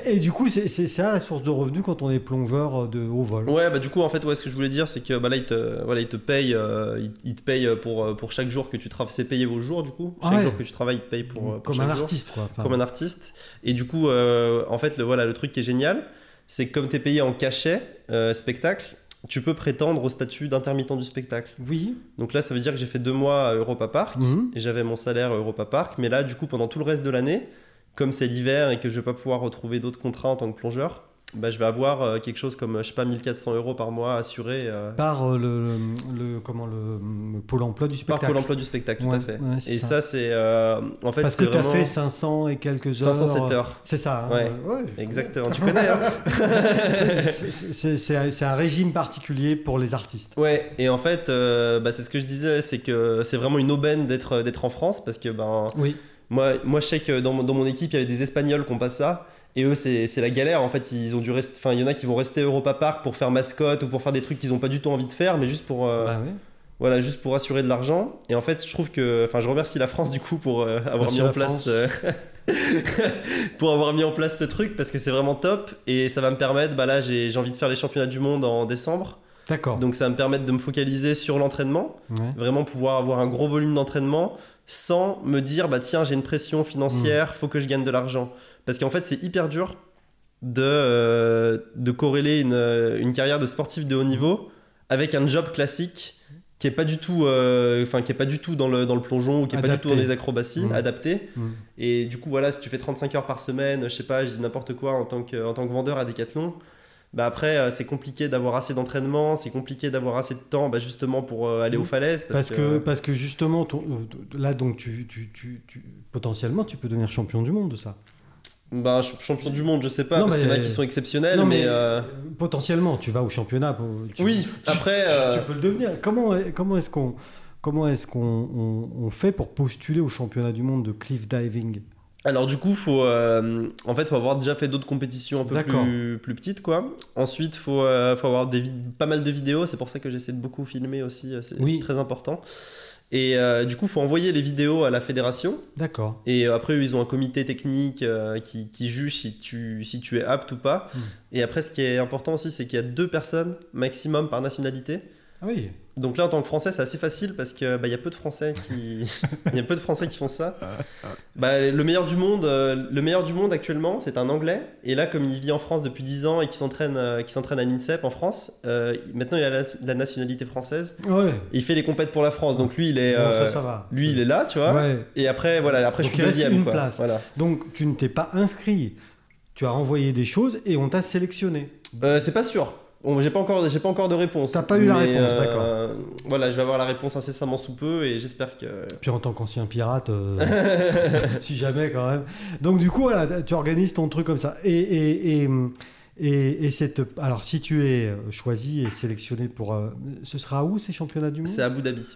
S1: et, et du coup, c'est c'est ça la source de revenus quand on est plongeur euh, de haut vol.
S2: Ouais, bah du coup, en fait, ouais, ce que je voulais dire, c'est que bah, là, ils te, voilà, ils te payent, euh, ils, ils te payent pour, euh, pour chaque jour que tu travailles. C'est payé vos jours, du coup.
S1: Ah
S2: Chaque
S1: ouais.
S2: jour que tu travailles, ils te payent pour, euh, pour
S1: comme
S2: chaque
S1: un
S2: jour.
S1: artiste, quoi. Enfin,
S2: comme un artiste. Et du coup, euh, en fait, le, voilà, le truc qui est génial, c'est que comme tu es payé en cachet, euh, spectacle, tu peux prétendre au statut d'intermittent du spectacle.
S1: Oui.
S2: Donc là, ça veut dire que j'ai fait deux mois à Europa Park
S1: Mhm.
S2: et j'avais mon salaire à Europa Park. Mais là, du coup, pendant tout le reste de l'année, comme c'est l'hiver et que je vais pas pouvoir retrouver d'autres contrats en tant que plongeur, bah, je vais avoir euh, quelque chose comme, je sais pas, 1400 euros par mois assuré euh,
S1: Par euh, le, le, le- comment le, le pôle emploi du
S2: par
S1: spectacle.
S2: Pôle emploi du spectacle, tout
S1: Ouais,
S2: à fait.
S1: ouais, c'est
S2: et
S1: ça.
S2: ça, c'est. euh, en fait,
S1: Parce
S2: c'est
S1: que tu as
S2: vraiment
S1: fait 500 et quelques heures.
S2: 507
S1: euh,
S2: heures.
S1: C'est ça. hein,
S2: Ouais.
S1: euh, ouais.
S2: Exactement, tu connais, hein
S1: <laughs> C'est- c'est- C'est un- c'est un régime particulier pour les artistes.
S2: Ouais, et en fait, euh, bah, c'est ce que je disais, c'est que c'est vraiment une aubaine d'être euh, d'être en France parce que ben
S1: Oui.
S2: moi, moi je sais que dans, mon- dans mon équipe, il y avait des Espagnols qui ont pas ça. Et eux, c'est c'est la galère. En fait, ils ont dû rester. Enfin, il y en a qui vont rester Europa Park pour faire mascotte ou pour faire des trucs qu'ils n'ont pas du tout envie de faire, mais juste pour, euh,
S1: Bah oui.
S2: voilà, juste pour assurer de l'argent. Et en fait, je trouve que. Enfin, je remercie la France du coup pour euh, avoir
S1: Merci
S2: mis en
S1: la
S2: place.
S1: France.
S2: euh, <laughs> pour avoir mis en place ce truc parce que c'est vraiment top. Et ça va me permettre. Bah là, j'ai j'ai envie de faire les championnats du monde en décembre.
S1: D'accord.
S2: Donc ça va me permettre de me focaliser sur l'entraînement,
S1: Ouais.
S2: vraiment pouvoir avoir un gros volume d'entraînement sans me dire bah tiens j'ai une pression
S1: Mm.
S2: financière, faut que je gagne de l'argent. Parce qu'en fait c'est hyper dur de, euh, de corréler une, euh, une carrière de sportif de haut niveau avec un job classique qui est pas du tout euh, enfin qui est pas du tout dans le, dans le plongeon ou qui est pas du
S1: Adapté.
S2: tout dans les acrobaties
S1: Mm.
S2: adapté
S1: Mm.
S2: et du coup voilà si tu fais 35 heures par semaine je sais pas je dis n'importe quoi en tant que en tant que vendeur à Decathlon bah après euh, c'est compliqué d'avoir assez d'entraînement c'est compliqué d'avoir assez de temps bah, justement pour euh, aller aux
S1: Mm.
S2: falaises euh,
S1: Parce que, parce que justement, ton- euh, là, donc, tu, tu- tu- tu- potentiellement, tu peux devenir champion du monde de ça.
S2: bah, ch- champion du monde je sais pas
S1: Non,
S2: parce qu'il y en a
S1: mais-
S2: qui sont exceptionnels
S1: Non,
S2: mais,
S1: mais-
S2: euh,
S1: Potentiellement, tu vas au championnat. pour- tu-
S2: oui
S1: tu-
S2: après
S1: tu-
S2: euh,
S1: tu peux le devenir. Comment, est- comment est-ce qu'on comment est-ce qu'on on- on fait pour postuler au championnat du monde de cliff diving
S2: Alors du coup, faut, euh, en fait, faut avoir déjà fait d'autres compétitions un peu
S1: D'accord.
S2: plus, plus petites, quoi. Ensuite, faut, euh, faut avoir des vid- pas mal de vidéos. C'est pour ça que j'essaie de beaucoup filmer aussi. euh, C'est
S1: Oui.
S2: c'est très important. Et euh, du coup, faut envoyer les vidéos à la fédération.
S1: D'accord.
S2: Et euh, après, eux, ils ont un comité technique euh, qui, qui juge si tu, si tu es apte ou pas.
S1: Mm.
S2: Et après, ce qui est important aussi, c'est qu'il y a deux personnes maximum par nationalité.
S1: Ah oui.
S2: Donc là, en tant que Français, c'est assez facile parce que bah, il y a peu de Français qui, <laughs> il y a peu de Français qui font ça. Bah, le meilleur du monde, euh, le meilleur du monde actuellement, c'est un Anglais. Et là, comme il vit en France depuis 10 ans et qui s'entraîne, euh, qui s'entraîne à l'INSEP en France, euh, maintenant il a la, la nationalité française.
S1: Ah Ouais.
S2: Et il fait les compètes pour la France. Donc lui, il est,
S1: Bon,
S2: euh,
S1: ça, ça va.
S2: lui, il est là, tu vois.
S1: Ouais.
S2: Et après, voilà, après
S1: Donc,
S2: je suis
S1: il reste
S2: deuxième.
S1: une
S2: quoi.
S1: place.
S2: Voilà.
S1: Donc, tu ne t'es pas inscrit. Tu as envoyé des choses et on t'a sélectionné.
S2: Euh, c'est pas sûr. On- J'ai pas encore, j'ai pas encore de réponse.
S1: T'as pas eu la réponse,
S2: d'accord. Voilà, je vais avoir la réponse incessamment sous peu et j'espère que.
S1: Puis en tant qu'ancien pirate,
S2: <laughs>
S1: euh, <laughs> si jamais quand même. Donc du coup, voilà, tu organises ton truc comme ça. Et, et, et, et- et cette, alors si tu es choisi et sélectionné pour... euh, ce sera où ces championnats du monde
S2: C'est à Abu Dhabi.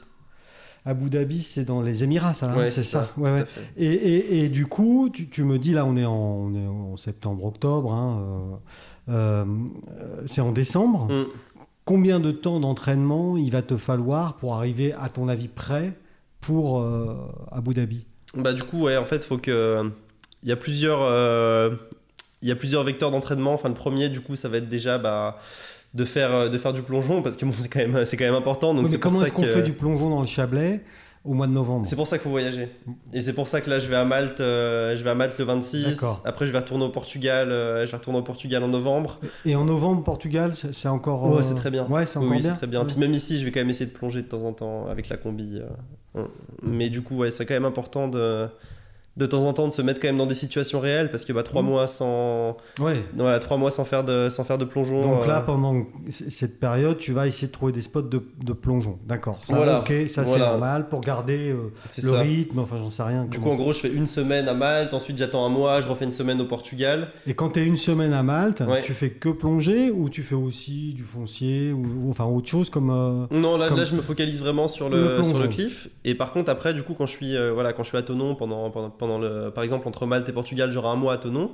S1: Abu Dhabi, c'est dans les Émirats, ça. hein,
S2: Ouais,
S1: c'est
S2: c'est
S1: ça.
S2: ça,
S1: Ouais, ouais.
S2: Tout à fait.
S1: Et, et- et du coup, tu, tu me dis, là, on est en, on est en septembre, octobre. hein, euh, euh, c'est en décembre.
S2: Mm.
S1: Combien de temps d'entraînement il va te falloir pour arriver, à ton avis, prêt pour euh, Abu Dhabi
S2: Bah du coup ouais en fait faut que il y a plusieurs euh, il y a plusieurs vecteurs d'entraînement. Enfin le premier du coup ça va être déjà bah de faire euh, de faire du plongeon parce que bon c'est quand même c'est quand même important donc
S1: Oui, mais
S2: c'est pour
S1: comment
S2: ça
S1: est-ce qu'on
S2: que-
S1: fait du plongeon dans le Chablais au mois de novembre
S2: c'est pour ça qu'il faut voyager.
S1: Mmh.
S2: Et c'est pour ça que là, je vais à Malte, euh, je vais à Malte le 26.
S1: D'accord.
S2: Après, je vais retourner au Portugal, euh, je vais retourner au Portugal en novembre.
S1: Et en novembre, Portugal, c'est c'est encore.
S2: Ouais,
S1: euh,
S2: c'est très bien.
S1: Ouais, c'est
S2: Oui,
S1: encore
S2: oui,
S1: bien.
S2: c'est très bien. Puis même ici, je vais quand même essayer de plonger de temps en temps avec la combi. euh, on- Mais du coup, ouais, c'est quand même important de de temps en temps de se mettre quand même dans des situations réelles parce que bah trois
S1: Mm.
S2: mois sans
S1: Ouais.
S2: Non, Voilà, trois mois sans faire de, sans faire de plongeon.
S1: Donc là,
S2: euh,
S1: pendant c- cette période, tu vas essayer de trouver des spots de, de plongeon. D'accord. Ça,
S2: Voilà.
S1: ok, ça c'est
S2: Voilà.
S1: normal pour garder euh,
S2: c'est
S1: le
S2: ça.
S1: rythme. Enfin, j'en sais rien.
S2: Du coup,
S1: comment
S2: en gros, je fais une semaine à Malte, ensuite j'attends un mois, je refais une semaine au Portugal.
S1: ça- Et quand tu es une semaine à Malte,
S2: Ouais.
S1: tu fais que plonger ou tu fais aussi du foncier ou, ou- enfin autre chose comme. euh,
S2: Non, là,
S1: Comme-
S2: là je me focalise vraiment sur le,
S1: Le plongeon.
S2: sur le cliff. Et par contre, après, du coup, quand je suis, euh, voilà, quand je suis à Tonon, pendant, pendant, pendant le, par exemple, entre Malte et Portugal, j'aurai un mois à Tonon.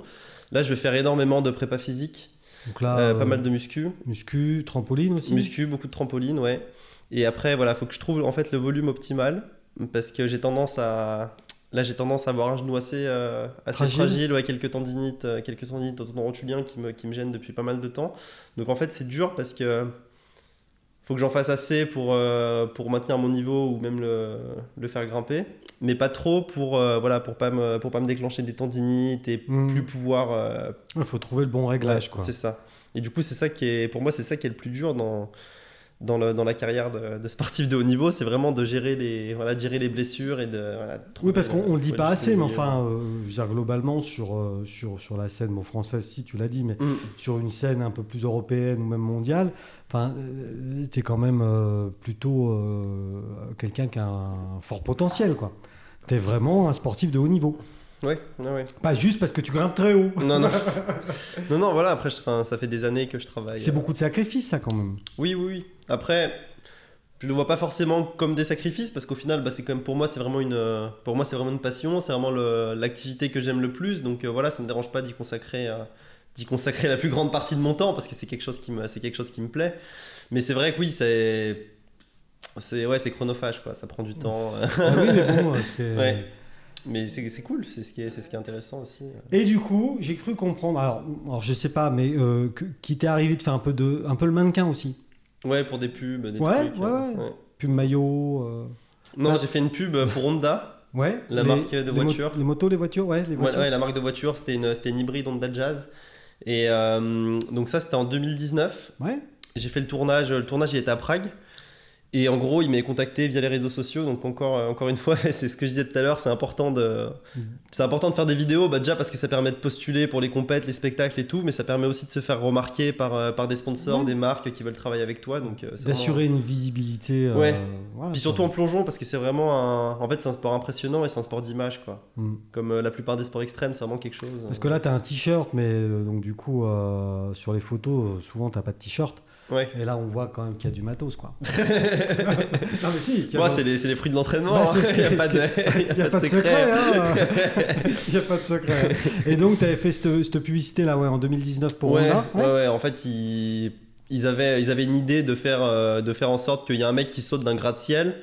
S2: Là, je vais faire énormément de prépa physique,
S1: Donc là,
S2: euh,
S1: euh,
S2: pas mal de muscu.
S1: muscu, trampoline aussi.
S2: Muscu, beaucoup de trampoline, ouais. Et après, voilà, faut que je trouve en fait le volume optimal parce que j'ai tendance à là j'ai tendance à avoir un genou assez euh, assez fragile,
S1: Fragile.
S2: ouais, quelques tendinites, euh, quelques tendinites rotulien qui me qui me gênent depuis pas mal de temps. Donc en fait, c'est dur parce que faut que j'en fasse assez pour euh, pour maintenir mon niveau ou même le, le faire grimper, mais pas trop pour euh, voilà, pour pas me pour pas me déclencher des tendinites et
S1: Mm.
S2: plus pouvoir euh,
S1: Il faut trouver le bon réglage,
S2: Ouais,
S1: quoi.
S2: C'est ça. Et du coup, c'est ça qui est, pour moi, c'est ça qui est le plus dur dans, dans, le- dans la carrière de, de sportif de haut niveau, c'est vraiment de gérer les, voilà, de gérer les blessures et de. voilà, de
S1: Oui,
S2: trouver
S1: parce qu'on
S2: le-
S1: on le dit
S2: trouver
S1: pas
S2: le
S1: assez,
S2: juste
S1: mais
S2: milieu.
S1: enfin, euh, je veux dire, globalement, sur, euh, sur, sur la scène bon, française, si tu l'as dit, mais
S2: Mm.
S1: sur une scène un peu plus européenne ou même mondiale, enfin, euh, t'es quand même euh, plutôt euh, quelqu'un qui a un fort potentiel, quoi. T'es vraiment un sportif de haut niveau.
S2: Ouais, ouais, ouais.
S1: Pas juste parce que tu grimpes très haut. <laughs>
S2: Non, non. non, non, voilà, après, je- enfin, ça fait des années que je travaille.
S1: C'est
S2: euh,
S1: beaucoup de sacrifices, ça, quand même.
S2: Oui, oui, oui. Après, je ne le vois pas forcément comme des sacrifices parce qu'au final, bah, c'est quand même pour moi, c'est vraiment une, euh, pour moi, c'est vraiment une passion, c'est vraiment le- l'activité que j'aime le plus. Donc euh, voilà, ça me dérange pas d'y consacrer, euh, d'y consacrer <laughs> la plus grande partie de mon temps parce que c'est quelque chose qui me, c'est quelque chose qui me plaît. Mais c'est vrai que oui, c'est, c'est ouais, c'est chronophage quoi. Ça prend du temps.
S1: Ah oui, mais bon, euh, c'est-
S2: Ouais. <laughs> Mais c'est c'est cool, c'est ce qui est, c'est ce qui est intéressant aussi. euh.
S1: Et du coup, j'ai cru comprendre, alors, alors je sais pas, mais euh, que- qu'il t'est arrivé de faire un peu, de, un peu le mannequin aussi.
S2: Ouais, pour des pubs, des
S1: Ouais,
S2: trucs.
S1: ouais,
S2: euh,
S1: ouais. Puis le maillot. euh,
S2: Non, j'ai fait une pub pour Honda.
S1: Ouais.
S2: La marque de
S1: les
S2: voiture.
S1: les motos, les voitures, ouais, les
S2: Ouais,
S1: voitures.
S2: ouais, la marque de voiture, c'était une, c'était une hybride Honda Jazz. Et euh, donc ça, c'était en 2019.
S1: Ouais.
S2: J'ai fait le tournage. Le tournage, il était à Prague. Et en gros, il m'avait contacté via les réseaux sociaux. Donc encore, euh, encore une fois, <laughs> c'est ce que je disais tout à l'heure, c'est important de,
S1: Mhm.
S2: c'est important de faire des vidéos. Bah déjà parce que ça permet de postuler pour les compètes, les spectacles et tout, mais ça permet aussi de se faire remarquer par, euh, par des sponsors,
S1: Ouais.
S2: des marques qui veulent travailler avec toi. Donc euh, c'est vraiment-
S1: D'assurer une visibilité. euh,
S2: Ouais.
S1: voilà,
S2: Puis
S1: sur-
S2: surtout en plongeon parce que c'est vraiment un, en fait, c'est un sport impressionnant et c'est un sport d'image quoi.
S1: Mm.
S2: Comme euh, la plupart des sports extrêmes, c'est vraiment quelque chose.
S1: Parce que là, t'as un t-shirt, mais euh, donc du coup, euh, sur les photos, euh, souvent t'as pas de t-shirt.
S2: Ouais.
S1: Et là, on voit quand même qu'il y a du matos,
S2: <laughs>
S1: quoi. non, mais si, qu'il y a
S2: Moi,
S1: de-
S2: c'est les, c'est les fruits de l'entraînement.
S1: Bah,
S2: hein.
S1: c'est ce
S2: Il n'y a,
S1: que-
S2: pas
S1: ce <laughs>
S2: de- il <laughs> y a
S1: Il n'y a pas de secret, hein. <laughs> Il n'y a pas de secret. Et donc, t'avais fait cette, cette publicité-là, ouais, en 2019 pour
S2: ouais,
S1: Honda. hein.
S2: ouais, ouais, en fait, ils, ils avaient, ils avaient une idée de faire, euh, de faire en sorte qu'il y ait un mec qui saute d'un gratte-ciel,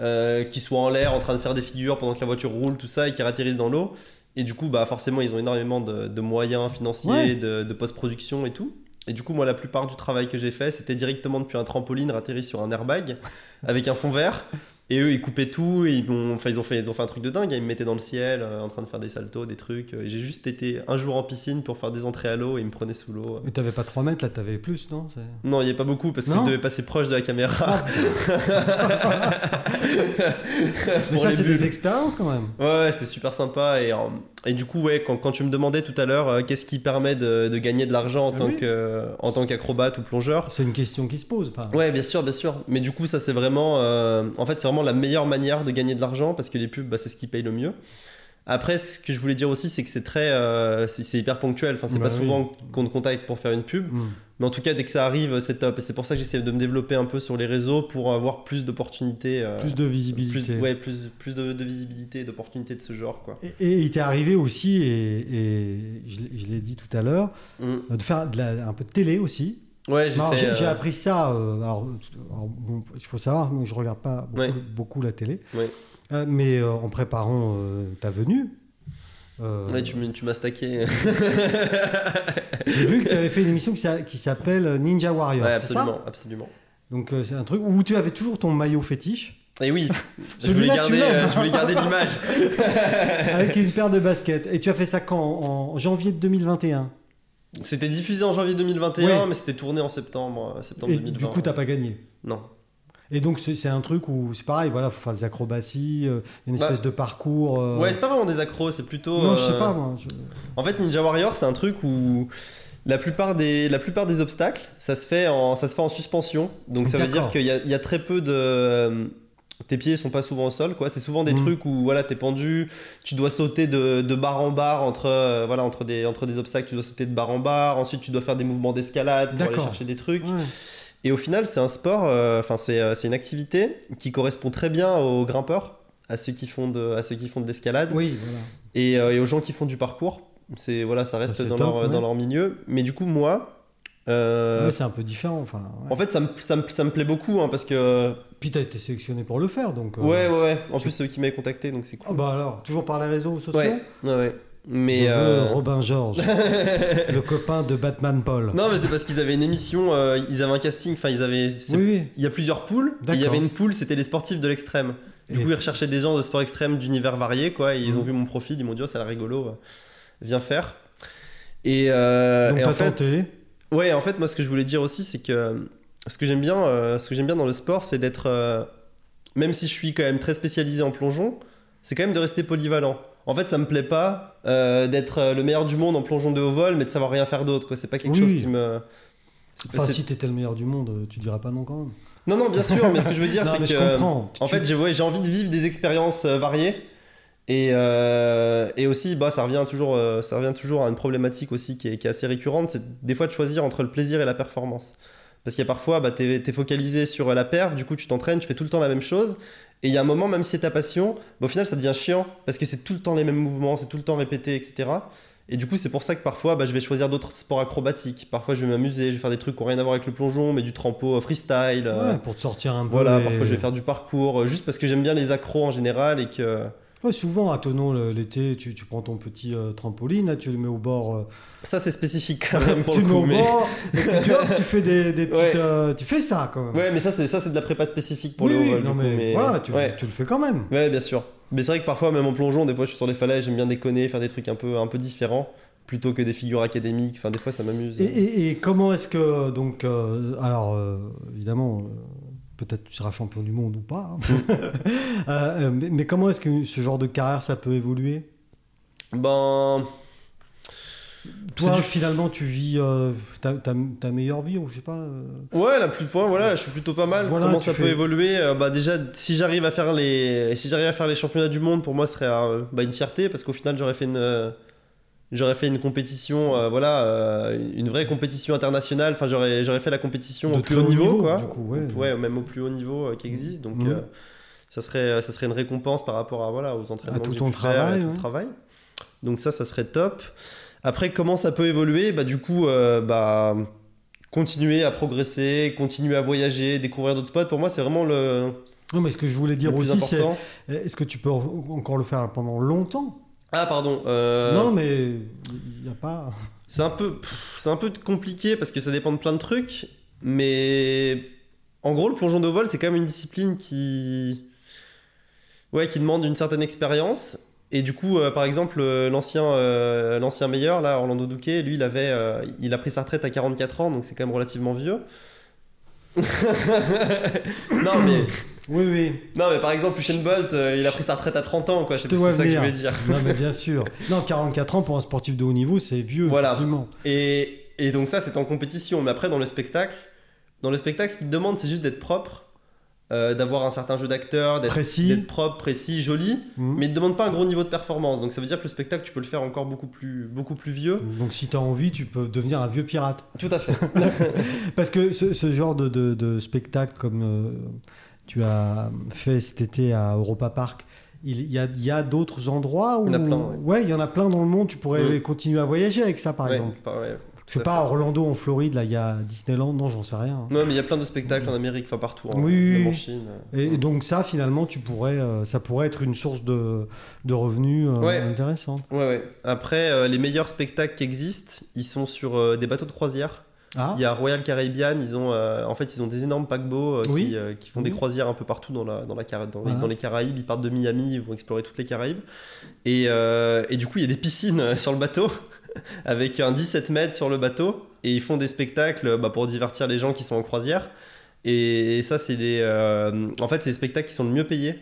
S2: euh, qui soit en l'air en train de faire des figures pendant que la voiture roule, tout ça, et qui atterrisse dans l'eau. Et du coup, bah, forcément, ils ont énormément de, de moyens financiers,
S1: Ouais.
S2: de, de post-production et tout. Et du coup, moi, la plupart du travail que j'ai fait, c'était directement depuis un trampoline atterri sur un airbag avec un fond vert. Et eux, ils coupaient tout, et ils ont, enfin, ils ont, fait, ils ont fait un truc de dingue. hein. Ils me mettaient dans le ciel, euh, en train de faire des saltos, des trucs. euh. Et J'ai juste été un jour en piscine pour faire des entrées à l'eau, et ils me prenaient sous l'eau.
S1: Mais t'avais pas 3 mètres, là, t'avais plus, non C'est-
S2: Non, il n'y avait pas beaucoup, parce que
S1: Non. Ah,
S2: je devais passer proche de la caméra.
S1: Mais
S2: <laughs> <laughs> Pour
S1: ça,
S2: les
S1: c'est
S2: bulles.
S1: des expériences, quand même.
S2: Ouais, ouais, c'était super sympa. Et, euh, et du coup, ouais, quand, quand tu me demandais tout à l'heure euh, qu'est-ce qui permet de, de gagner de l'argent en
S1: Ah
S2: tant
S1: oui.
S2: que, en tant qu'acrobate ou plongeur,
S1: C'est une question qui se pose. enfin.
S2: Ouais, bien sûr, bien sûr. Mais du coup, ça c'est vraiment, euh, en fait, c'est vraiment la meilleure manière de gagner de l'argent parce que les pubs, bah, c'est ce qui paye le mieux. Après, ce que je voulais dire aussi, c'est que c'est très, euh, c'est c'est hyper ponctuel. Enfin, c'est
S1: Bah
S2: pas
S1: oui.
S2: souvent qu'on te contacte pour faire une pub,
S1: Hmm.
S2: mais en tout cas, dès que ça arrive, c'est top. Et c'est pour ça que j'essaie de me développer un peu sur les réseaux pour avoir plus d'opportunités, euh,
S1: Plus de visibilité.
S2: plus, ouais, plus, plus de, de visibilité, et d'opportunités de ce genre, quoi.
S1: Et, et il t'est arrivé aussi, et, et je, l'ai- je l'ai dit tout à l'heure,
S2: Mm.
S1: euh, de faire de la- un peu de télé aussi.
S2: Ouais, j'ai
S1: Non,
S2: fait.
S1: J'ai j'ai
S2: euh,
S1: appris ça. euh, alors, tout- alors, bon, il faut savoir, moi, je regarde pas beaucoup,
S2: Ouais.
S1: beaucoup la télé.
S2: Ouais.
S1: Euh, mais euh, en préparant euh, ta venue, euh,
S2: Ouais, tu, m- tu m'as stacké.
S1: j'ai vu que tu avais fait une émission qui s'a- qui s'appelle euh, Ninja Warrior.
S2: ouais,
S1: c'est ça
S2: absolument, absolument.
S1: Donc, euh, c'est un truc où tu avais toujours ton maillot fétiche <laughs>
S2: Et oui, je voulais
S1: Celui-là, tu
S2: garder,
S1: l'aimes.
S2: euh, je voulais garder l'image.
S1: avec une paire de baskets. Et tu as fait ça quand En en janvier 2021.
S2: C'était diffusé en janvier 2021,
S1: Ouais.
S2: mais c'était tourné en septembre, euh, septembre
S1: Et
S2: 2020.
S1: du coup, tu pas gagné.
S2: Non.
S1: Et donc c'est c'est un truc où c'est pareil, voilà, faut faire des acrobaties, euh, une
S2: Bah,
S1: espèce de parcours. euh,
S2: Ouais, c'est pas vraiment des accros, c'est plutôt.
S1: non, je
S2: euh,
S1: sais pas moi. je-
S2: En fait, Ninja Warrior, c'est un truc où la plupart des, la plupart des obstacles, ça se fait en, ça se fait en suspension. Donc ça veut dire
S1: D'accord.
S2: qu'il y, a- il y a très peu de. euh, Tes pieds sont pas souvent au sol, quoi. C'est souvent des
S1: Mhm.
S2: trucs où voilà, t'es pendu, tu dois sauter de, de barre en barre entre, euh, voilà, entre, des, entre des obstacles, tu dois sauter de barre en barre. Ensuite, tu dois faire des mouvements d'escalade pour aller
S1: D'accord.
S2: chercher des trucs.
S1: Ouais.
S2: Et au final, c'est un sport, euh, enfin, c'est euh, c'est une activité qui correspond très bien aux grimpeurs, à ceux qui font de, à ceux qui font de l'escalade
S1: Oui, voilà.
S2: et, euh, et aux gens qui font du parcours. C'est voilà, ça reste
S1: c'est
S2: dans
S1: top,
S2: leur
S1: ouais.
S2: dans leur milieu. Mais du coup, moi, Euh,
S1: Ouais, c'est un peu différent. Enfin, ouais.
S2: en fait, ça me, ça me, ça me plaît beaucoup hein, parce que.
S1: Puis t'as été sélectionné pour le faire, donc. euh,
S2: Ouais, ouais, ouais. En plus, c'est eux qui m'avaient contacté, donc c'est
S1: ah
S2: cool.
S1: bah alors, toujours par les réseaux sociaux.
S2: Ouais, ouais, ouais. Mais.
S1: Je Ah, veux
S2: euh,
S1: Robin
S2: <laughs>
S1: George, le copain de Batman Paul.
S2: Non, mais c'est parce qu'ils avaient une émission, euh, ils avaient un casting, enfin, ils avaient. c'est-
S1: oui, oui.
S2: Il y a plusieurs poules, et il y
S1: D'accord.
S2: avait une poule, c'était les sportifs de l'extrême. Du
S1: Et-
S2: coup, ils recherchaient des gens de sport extrême d'univers variés, quoi. Et ils ont
S1: Mhm.
S2: vu mon profil, ils m'ont dit, oh, ça a l'air rigolo, euh, viens faire. Et, euh,
S1: Donc
S2: et
S1: t'as
S2: en fait,
S1: tenté.
S2: ouais, en fait, moi, ce que je voulais dire aussi, c'est que euh, ce que j'aime bien, euh, ce que j'aime bien dans le sport, c'est d'être, euh, même si je suis quand même très spécialisé en plongeon, c'est quand même de rester polyvalent. En fait, ça me plaît pas euh, d'être euh, le meilleur du monde en plongeon de haut vol, mais de savoir rien faire d'autre, quoi. C'est pas quelque
S1: Oui.
S2: chose qui me c'est-
S1: Enfin,
S2: c'est-
S1: si t'étais le meilleur du monde, euh, tu dirais pas non quand même.
S2: Non, non, bien sûr, mais ce que je veux
S1: <laughs>
S2: dire,
S1: non,
S2: c'est
S1: mais
S2: que. euh,
S1: je comprends.
S2: En
S1: Tu-
S2: fait, j'ai ouais, j'ai envie de vivre des expériences euh, variées. Et, euh, et aussi, bah, ça, revient toujours, euh, ça revient toujours à une problématique aussi qui est, qui est assez récurrente, c'est des fois de choisir entre le plaisir et la performance. Parce qu'il y a parfois, bah, t'es es focalisé sur euh, la perf, du coup tu t'entraînes, tu fais tout le temps la même chose. Et il y a un moment, même si c'est ta passion, bah, au final ça devient chiant, parce que c'est tout le temps les mêmes mouvements, c'est tout le temps répété, etc. Et du coup, c'est pour ça que parfois, bah, je vais choisir d'autres sports acrobatiques. Parfois, je vais m'amuser, je vais faire des trucs qui n'ont rien à voir avec le plongeon, mais du trempeau euh, freestyle. euh,
S1: Ouais, pour te sortir un peu.
S2: voilà,
S1: les-
S2: parfois je vais faire du parcours euh, juste parce que j'aime bien les accros en général et que.
S1: Ouais, souvent, à Tonon, le- l'été, tu, tu prends ton petit euh, trampoline, là, tu le mets au bord. euh,
S2: Ça, c'est spécifique quand <laughs> même pour
S1: tu
S2: le
S1: le mets au
S2: coup. Mais...
S1: bord, et puis tu, hop, tu fais des, des petites.
S2: <laughs> Ouais.
S1: euh, tu fais ça quand même.
S2: <laughs> Ouais, mais ça, c'est ça, c'est de la prépa spécifique pour
S1: oui,
S2: le
S1: oui,
S2: haut vol,
S1: non,
S2: du coup,
S1: mais,
S2: mais-
S1: voilà, tu,
S2: ouais.
S1: tu le fais quand même.
S2: Ouais, bien sûr. Mais c'est vrai que parfois, même en plongeon, des fois, je suis sur les falaises, j'aime bien déconner, faire des trucs un peu, un peu différents plutôt que des figures académiques. Enfin, des fois, ça m'amuse.
S1: Et, et- et comment est-ce que. Donc, euh, alors, euh, évidemment, euh, peut-être tu seras champion du monde ou pas. hein. <laughs> Euh, mais, mais comment est-ce que ce genre de carrière, ça peut évoluer
S2: Ben.
S1: Toi,
S2: du-
S1: finalement, tu vis euh, ta, ta- ta meilleure vie, ou je sais pas. euh,
S2: Ouais, la plus point, voilà, je suis plutôt pas mal.
S1: Voilà,
S2: Comment
S1: tu
S2: ça peut
S1: fais-
S2: évoluer Euh, Bah déjà, si j'arrive à faire les, si j'arrive à faire les championnats du monde, pour moi, ce serait euh, bah, une fierté parce qu'au final, j'aurais fait une, euh, j'aurais fait une compétition, euh, voilà, euh, une vraie compétition internationale. Enfin, j'aurais, j'aurais fait la compétition au
S1: de
S2: plus
S1: très
S2: haut niveau, quoi.
S1: Du coup, ouais.
S2: Ouais, même au plus haut niveau euh, qui existe. Donc,
S1: Mhm.
S2: euh, ça serait, euh, ça serait une récompense par rapport à voilà aux entraînements,
S1: À tout
S2: que j'ai
S1: ton
S2: pu faire et
S1: travail,
S2: tout le
S1: ouais.
S2: travail. Donc ça, ça serait top. Après, comment ça peut évoluer Bah du coup, euh, bah continuer à progresser, continuer à voyager, découvrir d'autres spots. Pour moi, c'est vraiment le,
S1: Non, mais ce que je voulais
S2: le
S1: dire
S2: plus
S1: aussi, c'est eh,
S2: important.
S1: est-ce que tu peux en- encore le faire pendant longtemps
S2: Ah pardon. euh,
S1: Non, mais il n'y a pas. <laughs>
S2: C'est un peu, pff, c'est un peu compliqué parce que ça dépend de plein de trucs, mais en gros, le plongeon de vol, c'est quand même une discipline qui, ouais, qui demande une certaine expérience. Et du coup, euh, par exemple, euh, l'ancien, euh, l'ancien meilleur, là, Orlando Douquet, lui, il avait, euh, il a pris sa retraite à 44 ans, donc c'est quand même relativement vieux. <laughs> non mais,
S1: Oui, oui.
S2: non mais par exemple, Usain Bolt, euh, il a pris sa retraite à 30 ans, quoi.
S1: Je
S2: C'est,
S1: te
S2: c'est
S1: vois
S2: ça que je
S1: venir.
S2: voulais dire.
S1: Non, mais bien sûr. Non, 44 ans pour un sportif de haut niveau, c'est vieux,
S2: Voilà.
S1: effectivement.
S2: Et, et donc ça, c'est en compétition. Mais après, dans le spectacle, dans le spectacle, ce qu'il te demande, c'est juste d'être propre, euh, d'avoir un certain jeu d'acteur, d'être
S1: Précis.
S2: d'être propre, précis, joli.
S1: Mhm.
S2: Mais il ne demande pas un gros niveau de performance. Donc ça veut dire que le spectacle, tu peux le faire encore beaucoup plus, beaucoup plus vieux.
S1: Donc, si tu as envie, tu peux devenir un vieux pirate.
S2: Tout à fait.
S1: Parce que ce, ce genre de, de- de spectacle, comme euh, tu as fait cet été à Europa Park, il il y a, il y a d'autres endroits où.
S2: Il y en a plein, ouais.
S1: Ouais, il y en a plein dans le monde. Tu pourrais
S2: Mm.
S1: continuer à voyager avec ça, par
S2: Ouais,
S1: exemple.
S2: pas- ouais.
S1: Je sais
S2: à
S1: pas, à Orlando, en Floride, là, il y a Disneyland. Non, j'en sais rien.
S2: Non, mais il y a plein de spectacles en Amérique, enfin partout. hein.
S1: Oui, oui,
S2: même en
S1: oui.
S2: Chine.
S1: Et donc ça, finalement, tu pourrais, euh, ça pourrait être une source de, de revenus euh,
S2: Ouais.
S1: intéressante.
S2: Ouais, ouais. Après, euh, les meilleurs spectacles qui existent, ils sont sur euh, des bateaux de croisière.
S1: Ah,
S2: Il y a Royal Caribbean, ils ont, euh, en fait, ils ont des énormes paquebots euh,
S1: Oui.
S2: qui, euh, qui font des
S1: Oui.
S2: croisières un peu partout dans, la, dans, la, Cara- dans, les-
S1: Voilà.
S2: dans les Caraïbes. Ils partent de Miami, ils vont explorer toutes les Caraïbes. Et, euh, et du coup, il y a des piscines euh, sur le bateau, <laughs> avec un 17 mètres sur le bateau. Et ils font des spectacles euh, bah, pour divertir les gens qui sont en croisière. Et, ça, c'est les, euh, en fait, c'est les spectacles qui sont le mieux payés.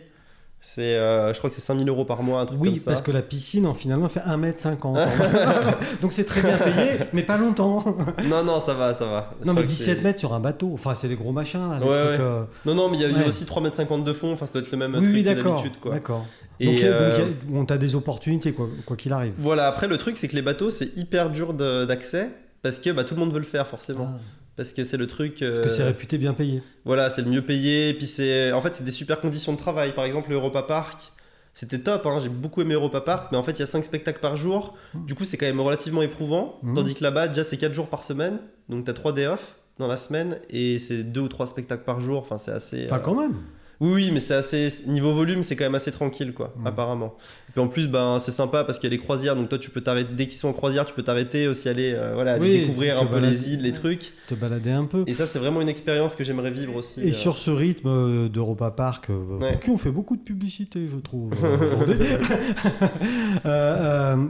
S2: C'est, euh, je crois que c'est 5000 euros par mois, un truc comme
S1: oui,
S2: ça.
S1: parce que la piscine, en, finalement, fait
S2: <laughs>
S1: 1m50. donc c'est très bien payé, mais pas longtemps.
S2: Non, non, ça va, ça va. C'est
S1: non,
S2: vrai
S1: mais
S2: que
S1: 17
S2: c'est-
S1: mètres sur un bateau. Enfin, c'est des gros machins. Là, des
S2: Ouais,
S1: trucs,
S2: ouais.
S1: euh,
S2: Non, non, mais il y a eu
S1: Ouais.
S2: aussi 3,50 m de fond. Enfin, ça doit être le même
S1: Oui,
S2: truc
S1: oui,
S2: que
S1: d'accord.
S2: d'habitude, quoi.
S1: D'accord.
S2: Et,
S1: donc, il y a- donc,
S2: euh,
S1: il y a- on t'a des opportunités, quoi quoi qu'il arrive.
S2: Voilà, après le truc c'est que les bateaux c'est hyper dur de- d'accès parce que bah, tout le monde veut le faire forcément.
S1: Ah,
S2: Parce que c'est le truc.
S1: parce
S2: euh,
S1: que c'est réputé bien payé.
S2: voilà, c'est le mieux payé. Puis c'est. En fait, c'est des super conditions de travail. Par exemple, l'Europa Park, C'était top, hein, j'ai beaucoup aimé Europa Park, mais en fait, il y a 5 spectacles par jour.
S1: Ah.
S2: Du coup, c'est quand même relativement éprouvant.
S1: Mhm.
S2: Tandis que là-bas, déjà, c'est 4 jours par semaine. Donc, t'as 3 day off dans la semaine et c'est 2 ou 3 spectacles par jour. Enfin, c'est assez.
S1: Enfin,
S2: euh,
S1: quand même.
S2: oui, oui, mais c'est assez. Niveau volume, c'est quand même assez tranquille, quoi,
S1: Mm.
S2: apparemment. Et puis en plus, ben, c'est sympa parce qu'il y a les croisières, donc toi, tu peux t'arrêter. Dès qu'ils sont en croisière, tu peux t'arrêter aussi, aller euh, voilà, aller
S1: Oui,
S2: découvrir
S1: te
S2: un peu
S1: balader.
S2: les îles, les trucs.
S1: Te balader un peu.
S2: Et ça, c'est vraiment une expérience que j'aimerais vivre aussi.
S1: Et
S2: euh.
S1: sur ce rythme euh, d'Europa Park, euh,
S2: Ouais.
S1: pour qui on fait beaucoup de publicité, je trouve, euh, aujourd'hui.
S2: <laughs>
S1: <laughs> Euh, euh,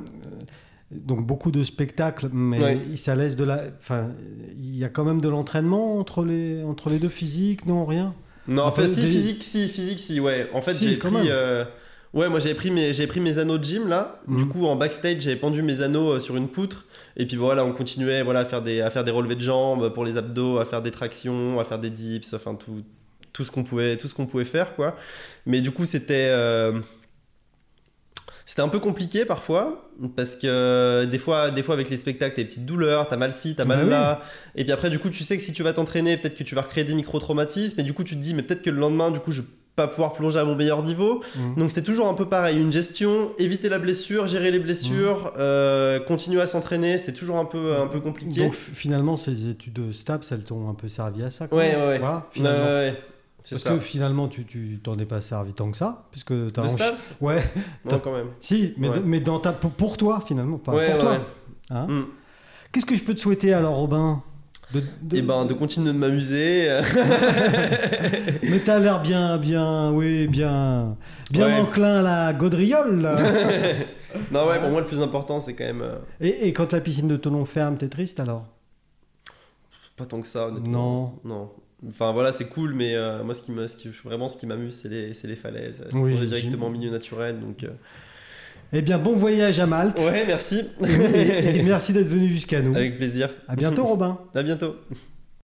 S1: donc beaucoup de spectacles, mais
S2: Ouais.
S1: il- ça laisse de la. Enfin, il y a quand même de l'entraînement entre les, entre les deux physiques, non, rien
S2: Non,
S1: un
S2: en fait,
S1: peu
S2: si,
S1: des-
S2: physique, si, physique, si, ouais. En fait,
S1: Ah, Si,
S2: j'ai
S1: quand
S2: pris.
S1: même.
S2: euh, Ouais, moi j'avais pris, mes... j'avais pris mes anneaux de gym là. Du
S1: Mm.
S2: coup, en backstage, j'avais pendu mes anneaux euh, sur une poutre. Et puis voilà, on continuait voilà, à, faire des... à faire des relevés de jambes pour les abdos, à faire des tractions, à faire des dips, enfin tout, tout ce qu'on pouvait... tout ce qu'on pouvait faire quoi. Mais du coup, c'était. euh, C'était un peu compliqué parfois, parce que euh, des fois, des fois avec les spectacles, t'as des petites douleurs, t'as mal ci, t'as
S1: Bah
S2: mal
S1: oui.
S2: là. Et puis après, du coup, tu sais que si tu vas t'entraîner, peut-être que tu vas recréer des micro-traumatismes. Et du coup, tu te dis, mais peut-être que le lendemain, du coup, je vais pas pouvoir plonger à mon meilleur niveau.
S1: Mhm.
S2: Donc c'était toujours un peu pareil, une gestion, éviter la blessure, gérer les
S1: Mhm.
S2: blessures, euh, continuer à s'entraîner, c'était toujours un peu, un peu compliqué.
S1: Donc f- finalement, ces études STAPS, elles t'ont un peu servi à ça. quoi.
S2: Ouais, ouais, ouais.
S1: Voilà,
S2: Ouais, ouais,
S1: finalement.
S2: ouais. c'est
S1: Parce
S2: ça.
S1: que finalement, tu tu t'en es pas servi tant que ça, puisque t'as
S2: De
S1: encha-
S2: Stabs
S1: Ouais, <laughs>
S2: Non, quand même.
S1: si, mais,
S2: Ouais.
S1: mais dans ta, pour- pour toi finalement, pas
S2: Ouais,
S1: pour toi.
S2: ouais.
S1: hein.
S2: Mm.
S1: Qu'est-ce que je peux te souhaiter alors, Robin de, de-
S2: Et ben, de continuer de m'amuser. euh,
S1: Mais t'as l'air bien, bien, oui, bien, bien
S2: Ouais.
S1: enclin à la gaudriole. là. <laughs>
S2: non, ouais, pour moi, le plus important, c'est quand même euh,
S1: et, et quand la piscine de Toulon ferme, t'es triste alors
S2: pas tant que ça, honnêtement.
S1: Non.
S2: Non. Enfin voilà, c'est cool, mais euh, moi, ce qui me, ce qui, vraiment, ce qui m'amuse, c'est les, c'est les falaises.
S1: Oui,
S2: On est
S1: j'im-
S2: directement en milieu naturel, donc. euh,
S1: Eh bien, bon voyage à Malte. <laughs>
S2: Ouais, merci.
S1: Et, et merci d'être venu jusqu'à nous.
S2: <laughs> Avec plaisir.
S1: À bientôt, Robin.
S2: <laughs> À bientôt.